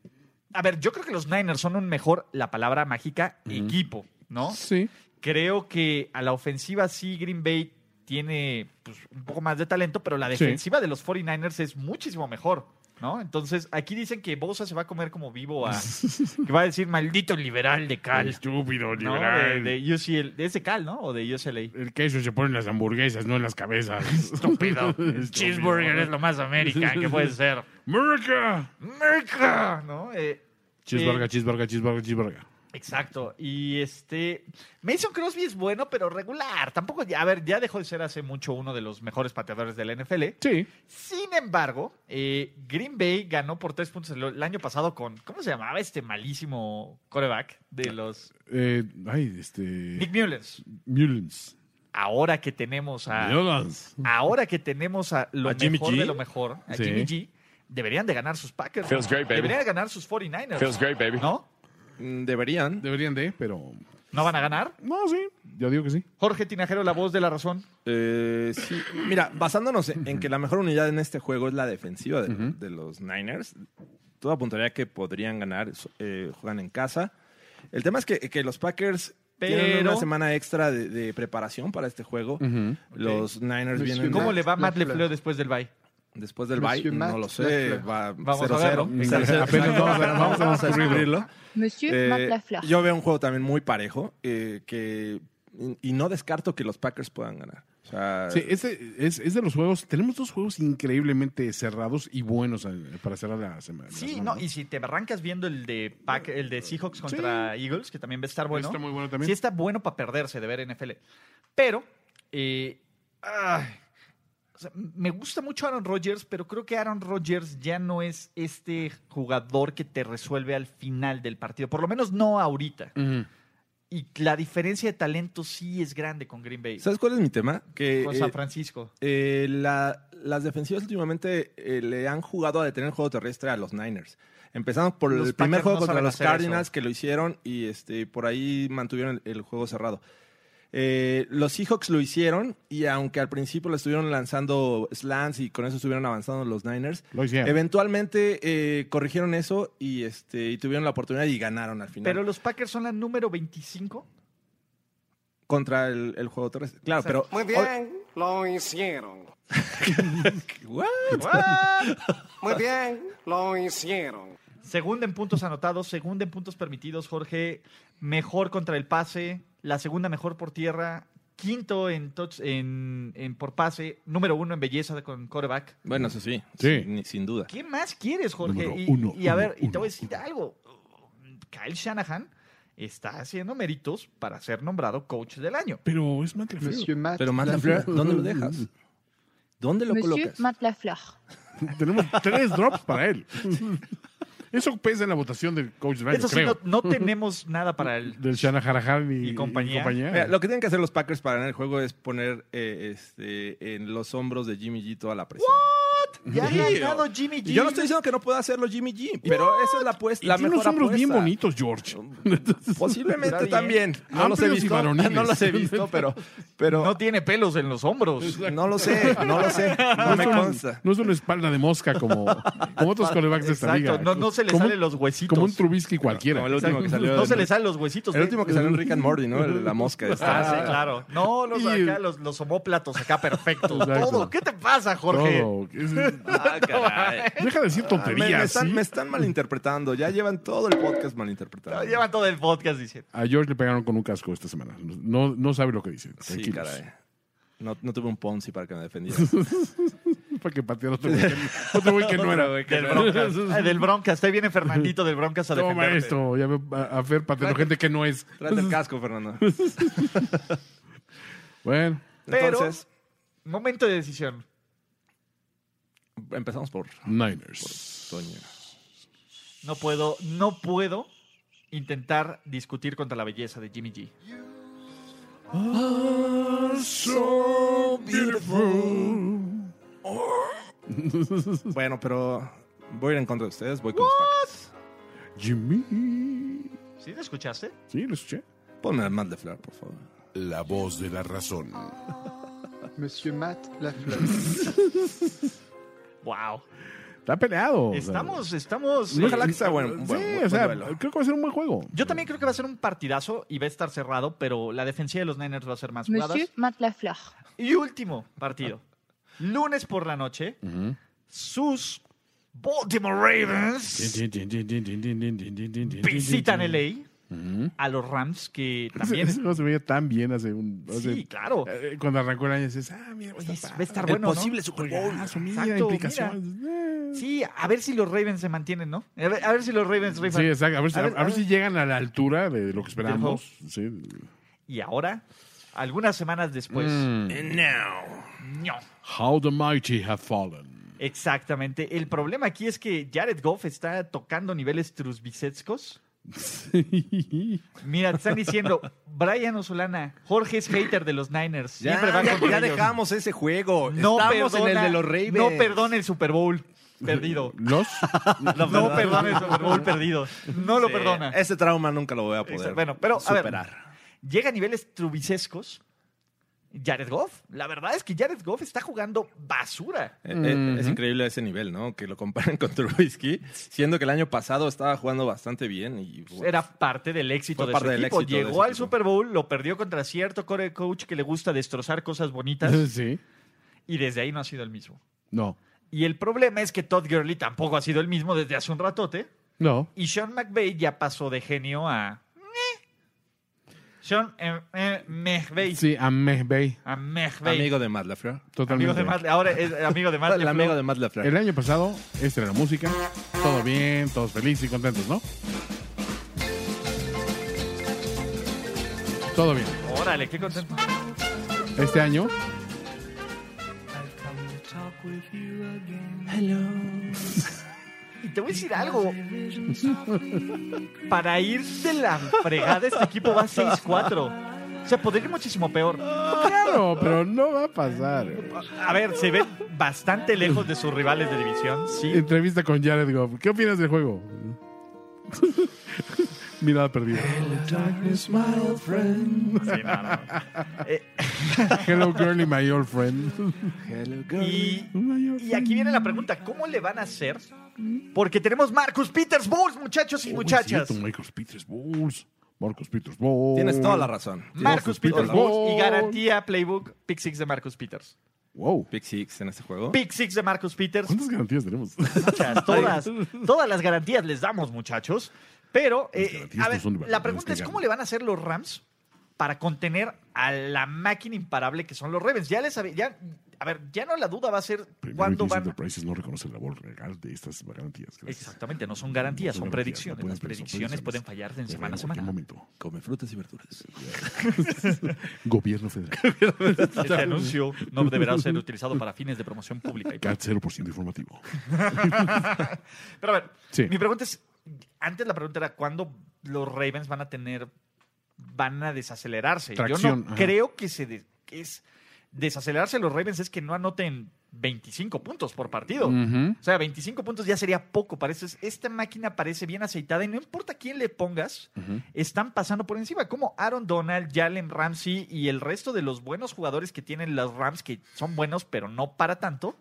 a ver, yo creo que los Niners son un mejor, la palabra mágica, equipo, ¿no?
Sí.
Creo que a la ofensiva sí Green Bay tiene pues, un poco más de talento, pero la
Sí.
defensiva de los 49ers es muchísimo mejor, ¿no? Entonces, aquí dicen que Bosa se va a comer como
<laughs>
vivo a... que va a decir, maldito liberal de Cal.
Estúpido,
¿no? Eh,
liberal.
De, de UCL, de ese Cal, ¿no? O de UCLA.
El queso se pone en las hamburguesas, no en las cabezas.
<laughs> Estúpido. El
<laughs> Estúpido.
cheeseburger es lo más América que <laughs> puede ser.
¡America!
¡Merca! ¿No? Eh,
Chisbarga,
Eh,
chisbarga, chisbarga, chisbarga.
exacto. Y este. Mason Crosby es bueno, pero regular. Tampoco. A ver, ya dejó de ser hace mucho uno de los mejores pateadores de la NFL.
Sí.
Sin embargo, eh, Green Bay ganó por tres puntos el, el año pasado con. ¿Cómo se llamaba este malísimo coreback de los. Eh,
Eh, ay,
Nick
este.
Mullens?
Mullins.
Ahora que tenemos a.
Mullins.
<laughs> ahora que tenemos a lo
¿A Jimmy
mejor
G?
de lo mejor, a
Sí.
Jimmy G, deberían de ganar sus Packers.
Feels great, baby.
Deberían de ganar sus 49ers.
Feels great, baby.
¿No?
Mm, Deberían.
Deberían de, pero.
¿No van a ganar?
No, sí. Yo digo que sí.
Jorge Tinajero, la voz de la razón.
Eh, sí. Mira, basándonos en, en que la mejor unidad en este juego es la defensiva de, de los Niners, todo apuntaría que podrían ganar, so- eh, juegan en casa. El tema es que, que los Packers tienen
Pero-
una semana extra de, de preparación para este juego. Los Niners vienen
¿Cómo
Matt
le va a Matt
Lafleur.
LeFleur después del bye?
después del bye,
Monsieur
no
Matt
lo sé,
Lafleur.
va
Vamos a
0-0.
verlo.
Exacto.
Apenas
Exacto.
vamos a- vamos a descubrirlo.
Monsieur
Eh,
Matt Lafleur.
yo veo un juego también muy parejo eh, que, y, y no descarto que los Packers puedan ganar. O sea,
Sí, ese es, es de los juegos. Tenemos dos juegos increíblemente cerrados y buenos eh, para cerrar la semana. la
Sí,
semana,
no, y si te arrancas viendo el de Pack- el de Seahawks contra Eagles, que también va a estar bueno.
Está muy bueno también.
Sí está bueno para perderse de ver NFL. Pero, eh, ay, o sea, me gusta mucho Aaron Rodgers, pero creo que Aaron Rodgers ya no es este jugador que te resuelve al final del partido. Por lo menos no ahorita.
Ujú.
Y la diferencia de talento sí es grande con Green Bay.
¿Sabes cuál es mi tema? Que
Con
eh,
San Francisco.
eh, la- las defensivas últimamente eh, le han jugado a detener el juego terrestre a los Niners. Empezando por
Los
el primer
Packers
juego
no
contra
saben
los
hacer eso.
Cardinals que lo hicieron y este por ahí mantuvieron el, el juego cerrado. Eh, los Seahawks lo hicieron y aunque al principio le estuvieron lanzando slants y con eso estuvieron avanzando los Niners,
Lo hicieron.
eventualmente eh, corrigieron eso y, este, y tuvieron la oportunidad y ganaron al final.
Pero los Packers son la número 25.
contra el, el juego terrestre. Claro, pero...
Muy bien, lo hicieron.
¿What?
Muy bien, lo hicieron.
Segunda en puntos anotados, segunda en puntos permitidos, Jorge. Mejor contra el pase, la segunda mejor por tierra, quinto en, touch- en, en por pase, número uno en belleza con coreback.
Bueno, eso sí,
Sí.
sin, sin duda.
¿Qué más quieres, Jorge?
Número
Y,
uno,
y a
uno,
ver, y te
uno,
voy a decir algo. Kyle Shanahan está haciendo méritos para ser nombrado coach del año.
Pero es Matt Lafleur.
Matt.
Pero Matt Lafleur, ¿dónde lo dejas? ¿Dónde lo
Monsieur
colocas?
Matt Lafleur.
<laughs> Tenemos tres drops para él. Eso pesa en la votación del coach del año,
Eso sí,
creo.
no, no tenemos <laughs> nada para el...
Del Shanahan y,
Y compañía.
Mira, lo que tienen que hacer los Packers para ganar el juego es poner eh, este, en los hombros de Jimmy G toda la presión.
Ya ha
Sí,
ganado
yo-
Jimmy G.
Yo no estoy diciendo que no pueda hacerlo Jimmy G, pero esa es la apuesta. La
tiene
mejor
unos hombros bien
apuesta.
bonitos, George.
Posiblemente
Está bien.
también. No los he
Amplios y
visto. <laughs>
varoniles.
No los he visto, pero, pero
No tiene pelos en los hombros.
no lo sé, no lo sé. <laughs> No me
es una-
consta.
no es una espalda de mosca como, como otros corebacks de esta liga.
Exacto, no, no se le
Como un-
salen los huesitos.
Como un Trubisky cualquiera.
Como el último que salió.
no
de-
se le salen los huesitos.
El
ve.
último que salió en Rick and Morty, ¿no? El- La mosca.
Ah,
esta.
sí, claro. No, los,
Y-
acá, los, los homóplatos acá perfectos.
Exacto.
Todo. ¿Qué te pasa, Jorge?
Todo. Es-
<laughs>
Ah, caray. <laughs>
Deja de decir
Ah, me,
tonterías.
me están,
¿sí?
me están malinterpretando. Ya llevan todo el podcast malinterpretado.
Ah, Llevan todo el podcast diciendo.
A George le pegaron con un casco esta semana. No, no sabe lo que dice.
Sí, pues.
Tranquilos.
caray. No, no tuve un Ponzi para que me <laughs> defendiera.
Para que pateara otro güey que- otro güey que
<laughs>
no era.
Del Broncas. Ay, del Broncas. Ahí viene Fernandito del Broncas a
Toma
defenderte.
esto. Ya veo a a Fer pateando gente que no es.
Tráete el casco, Fernando.
Bueno,
Pero-
Entonces,
Momento de decisión.
empezamos por
Niners.
Toño.
No puedo, no puedo intentar discutir contra la belleza de Jimmy G.
Bueno, pero voy a ir en contra de ustedes. Voy con los Packers.
Jimmy.
¿Sí te escuchaste?
Sí, lo escuché.
Ponme al Matt de Fleur, por favor.
La voz de la razón.
Monsieur Matt Lafleur.
Wow.
Está peleado. o sea.
Estamos, estamos. eh,
Ojalá que sea bueno.
Oh, Sí,
buen- buen
o sea,
duelo.
creo que va a ser un buen juego.
Yo también creo que va a ser un partidazo y va a estar cerrado, pero la defensiva de los Niners va a ser más jugadas.
Monsieur Matt Lafleur.
Y último partido. Lunes por la noche, sus Baltimore Ravens visitan LA a los Rams que
<laughs>
también...
Ese juego se veía tan bien hace un. hace-
Sí, claro.
<laughs> eh, Cuando arrancó el año, dices, ah, mira,
Oye,
está
va a estar
padre.
bueno, ¿no?
Super Bowl. Juegazo, mira,
Exacto,
implicaciones. Eh.
Sí, a ver si los Ravens se mantienen, ¿no? A ver, a ver si los Ravens rifan.
Sí, exacto. A ver, si-
A
a
ver,
a
a
ver
ver.
si llegan a la altura de lo que esperamos. Sí.
Y ahora, algunas semanas después...
Mm. Ah,
No.
How the mighty have fallen.
Exactamente. El problema aquí es que Jared Goff está tocando niveles trusbicetscos. Mira, te están diciendo, Brian Osolana, Jorge es hater de los Niners. Siempre va
ya,
contra
ya
ellos.
dejamos ese juego.
No
Estamos en
perdona-
el de los Ravens.
No perdona el Super Bowl
<laughs>
perdido.
Los.
No perdona el Super Bowl perdido. No lo
Sí,
perdona.
Ese trauma nunca lo voy a poder
Exacto. Bueno, pero a ver.
superar.
Llega a niveles trubicescos. Jared Goff. La verdad es que Jared Goff está jugando basura.
Eh, eh, Es increíble ese nivel, ¿no? Que lo comparan <laughs> con Trubisky, siendo que el año pasado estaba jugando bastante bien y bueno,
Pues Era parte del éxito
Fue
de
parte
su
del
equipo.
éxito de
Llegó
su
al
equipo.
Super Bowl, lo perdió contra cierto core coach que le gusta destrozar cosas bonitas
<laughs> sí.
y desde ahí no ha sido el mismo.
No.
Y el problema es que Todd Gurley tampoco ha sido el mismo desde hace un ratote.
No.
Y Sean McVay ya pasó de genio a. Sean eh, eh, McVay.
Sí, a Mehbey.
A McVay.
amigo de Matt Lafleur.
Totalmente.
Amigo de Matt- Ahora es amigo
<laughs>
de Matt.
El amigo de Matt Lafleur.
El año pasado, esta era la música. Todo bien, todos felices y contentos, ¿no? Todo bien.
Órale, qué contento.
Este año,
Y te voy a decir algo. Para ir de la fregada, este equipo va 6-4. O sea, podría ir muchísimo peor.
claro, pero no va a pasar.
A ver, se ven bastante lejos de sus rivales de división, sí.
<laughs> Entrevista con Jared Goff. ¿Qué opinas del juego? Mirada perdida.
Sí, no, no. Eh,
Hello, girly, my old friend.
y, y aquí viene la pregunta, ¿cómo le van a hacer? Porque tenemos Marcus Peters Bulls, muchachos y
Oh, es
muchachas.
cierto, Marcus Peters Bulls. Marcus Peters Bulls.
Tienes toda la razón.
Marcus Peters
Peters
Bulls y
Bulls.
garantía Playbook Pick Six de Marcus Peters.
Wow.
Pick Six en este juego.
Pick Six de Marcus Peters.
¿Cuántas garantías tenemos? <laughs>
muchas, todas, todas las garantías les damos, muchachos. Pero, eh,
garantías
a
no
ver,
son de verdad,
la pregunta
tienes
es
que
cómo
ganar.
le van a hacer los Rams para contener a la máquina imparable que son los Ravens. Ya les hab- ya, a ver, ya no la duda va a ser
Primero
cuándo
Jason
van.
Enterprises no reconoce la labor legal de estas garantías. Gracias.
Exactamente, no son garantías,
No
son
garantías,
predicciones.
no pueden-
Las
son
predicciones pueden fallar de
Corren
semana a
en cualquier
semana.
momento.
Come frutas y verduras.
Gobierno federal.
<laughs> Este
<laughs>
anuncio no deberá ser utilizado para fines de promoción pública. y
CAT 0% informativo.
Pero a ver,
Sí.
mi pregunta es, antes la pregunta era cuándo los Ravens van a tener, van a desacelerarse. Yo
Tracción,
no
ajá.
creo que se de- que es desacelerarse los Ravens es que no anoten 25 puntos por partido. O sea, 25 puntos ya sería poco. Parece, esta máquina parece bien aceitada y no importa quién le pongas, están pasando por encima. Como Aaron Donald, Jalen Ramsey y el resto de los buenos jugadores que tienen los Rams, que son buenos, pero no para tanto,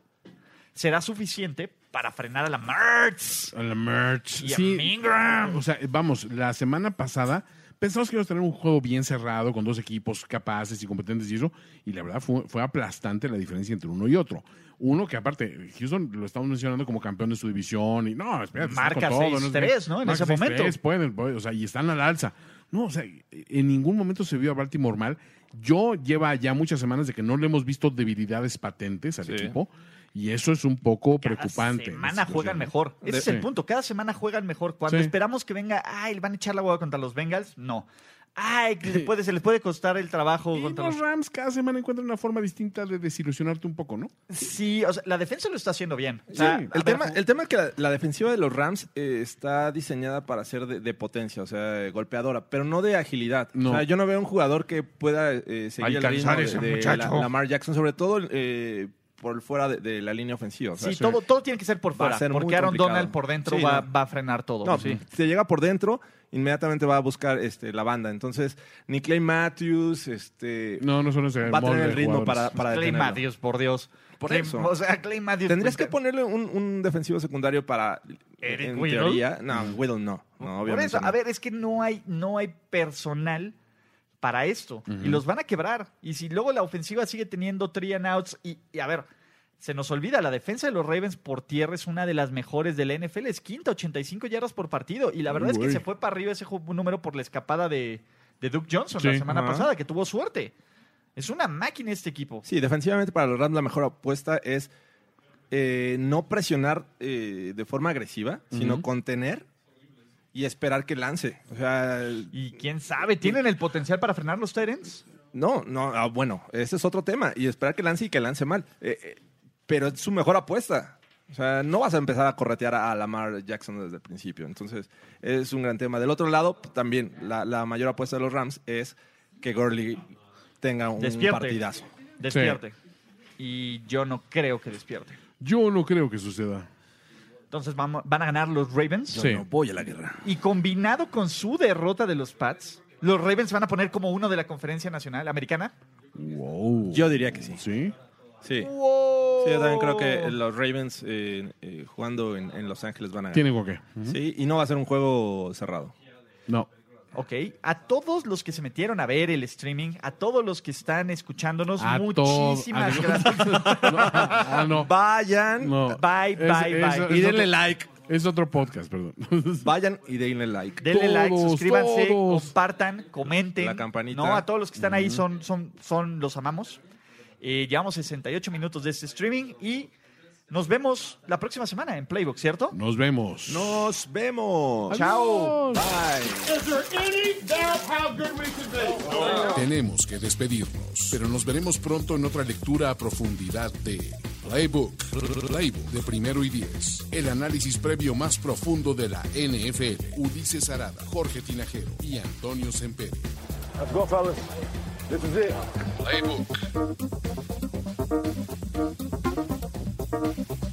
será suficiente para frenar a la Mertz
A la merch.
y a Mingram.
O sea, vamos, la semana pasada pensamos que íbamos a tener un juego bien cerrado con dos equipos capaces y competentes y eso, y la verdad fue, fue aplastante la diferencia entre uno y otro. Uno que aparte, Houston lo estamos mencionando como campeón de su división y no, espérate, están
Marca
con todo,
6-3, ¿no? En
Marca
ese momento.
6-3, pueden, pueden, o sea, y están al alza. No, o sea, en ningún momento se vio a Baltimore mal. Yo lleva ya muchas semanas de que no le hemos visto debilidades patentes al equipo y eso es un poco
Cada
preocupante. en
semana
esta
juegan
situación.
mejor. Ese
De-
es el
sí.
punto. Cada semana juegan mejor. Cuando
Sí.
esperamos que venga, ay, van a echar la hueva contra los Bengals, no. Ay,
<laughs>
que le puede, se les puede costar el trabajo
Y
contra los
los Rams cada semana encuentran una forma distinta de desilusionarte un poco, ¿no?
Sí, o sea, la defensa lo está haciendo bien. O
O
sea,
sea,
a ver,
el, tema, el tema es que la, la defensiva de los Rams eh, está diseñada para ser de, de potencia, o sea, de golpeadora, pero no de agilidad.
No.
O sea, yo no veo un jugador que pueda eh, seguir
Alcanzar
el
ese
ritmo de- de,
muchacho.
la- Lamar Jackson, sobre todo eh, por fuera de, de la línea ofensiva. o sea,
sí,
sí.
Todo, todo tiene que ser por
Va a
fuera.
ser muy
porque Aaron
complicado.
Donald por dentro
Sí,
va,
no.
va a frenar todo.
No,
sí.
se llega por dentro, inmediatamente va a buscar este, la banda. Entonces, ni Clay Matthews este,
No, no solo ese
va a tener
molde
el
de
ritmo
jugadores. Pues
para, para
Clay
detenerlo.
Matthews, por Dios.
Por
Clay-
eso.
O sea, Clay Matthews.
Tendrías que ponerle un, un defensivo secundario para.
¿Eric
en
Weddle?
teoría. No,
Mm.
Weddle no. no
Por
obviamente
eso,
no.
a ver, es que no hay, no hay personal para esto. Y los van a quebrar. Y si luego la ofensiva sigue teniendo three and outs, y, y a ver, se nos olvida, la defensa de los Ravens por tierra es una de las mejores del NFL. Es quinta, 85 yardas por partido. Y la verdad es que
Uy.
se fue para arriba ese ju- número por la escapada de, de Duke Johnson la
Sí.
semana
Ajá.
pasada, que tuvo suerte. Es una máquina este equipo.
Sí, defensivamente para los Rams la mejor apuesta es eh, no presionar eh, de forma agresiva, sino contener y esperar que lance. O sea, el-
Y quién sabe, ¿tienen el potencial para frenar los Terens?
no, no, ah, bueno, ese es otro tema. Y esperar que lance y que lance mal. Eh, eh, pero es su mejor apuesta. O sea, no vas a empezar a corretear a a Lamar Jackson desde el principio. Entonces, es un gran tema. Del otro lado, también, la, la mayor apuesta de los Rams es que Gurley tenga un
Despierte.
partidazo.
Despierte. Y yo no creo que despierte.
Yo no creo que suceda.
Entonces vamos- van a ganar los Ravens.
sí.
No voy a la guerra.
Y combinado con su derrota de los Pats, los Ravens van a poner como uno de la conferencia nacional americana.
Wow.
Yo diría que sí.
Sí.
Sí.
¡Wow!
Sí, yo también creo que los Ravens eh, eh, jugando en, en Los Ángeles van a ganar.
Tiene con qué.
Sí, y no va a ser un juego cerrado.
No.
Ok, a todos los que se metieron a ver el streaming, a todos los que están escuchándonos,
todo-
muchísimas
a-
<laughs>
gracias.
<laughs> No, ah, no.
Vayan,
No.
Bye,
Es-
bye,
es-
bye.
es
y denle
otro-
like.
Es otro podcast, perdón. <laughs>
Vayan y denle like.
Denle like,
Todos,
suscríbanse,
todos.
compartan, comenten.
La campanita.
No, a todos los que están ahí son, son, son, los amamos. Eh, llevamos 68 minutos de este streaming y nos vemos la próxima semana en Playbook, ¿cierto?
Nos vemos.
Nos vemos.
Chao.
Bye.
Is there any doubt how good we could be?
Tenemos que despedirnos, pero nos veremos pronto en otra lectura a profundidad de Playbook, Playbook de primero y diez, el análisis previo más profundo de la NFL. Ulises Arada, Jorge Tinajero y Antonio Semperi.
Let's go, fellas. This is it.
Playbook.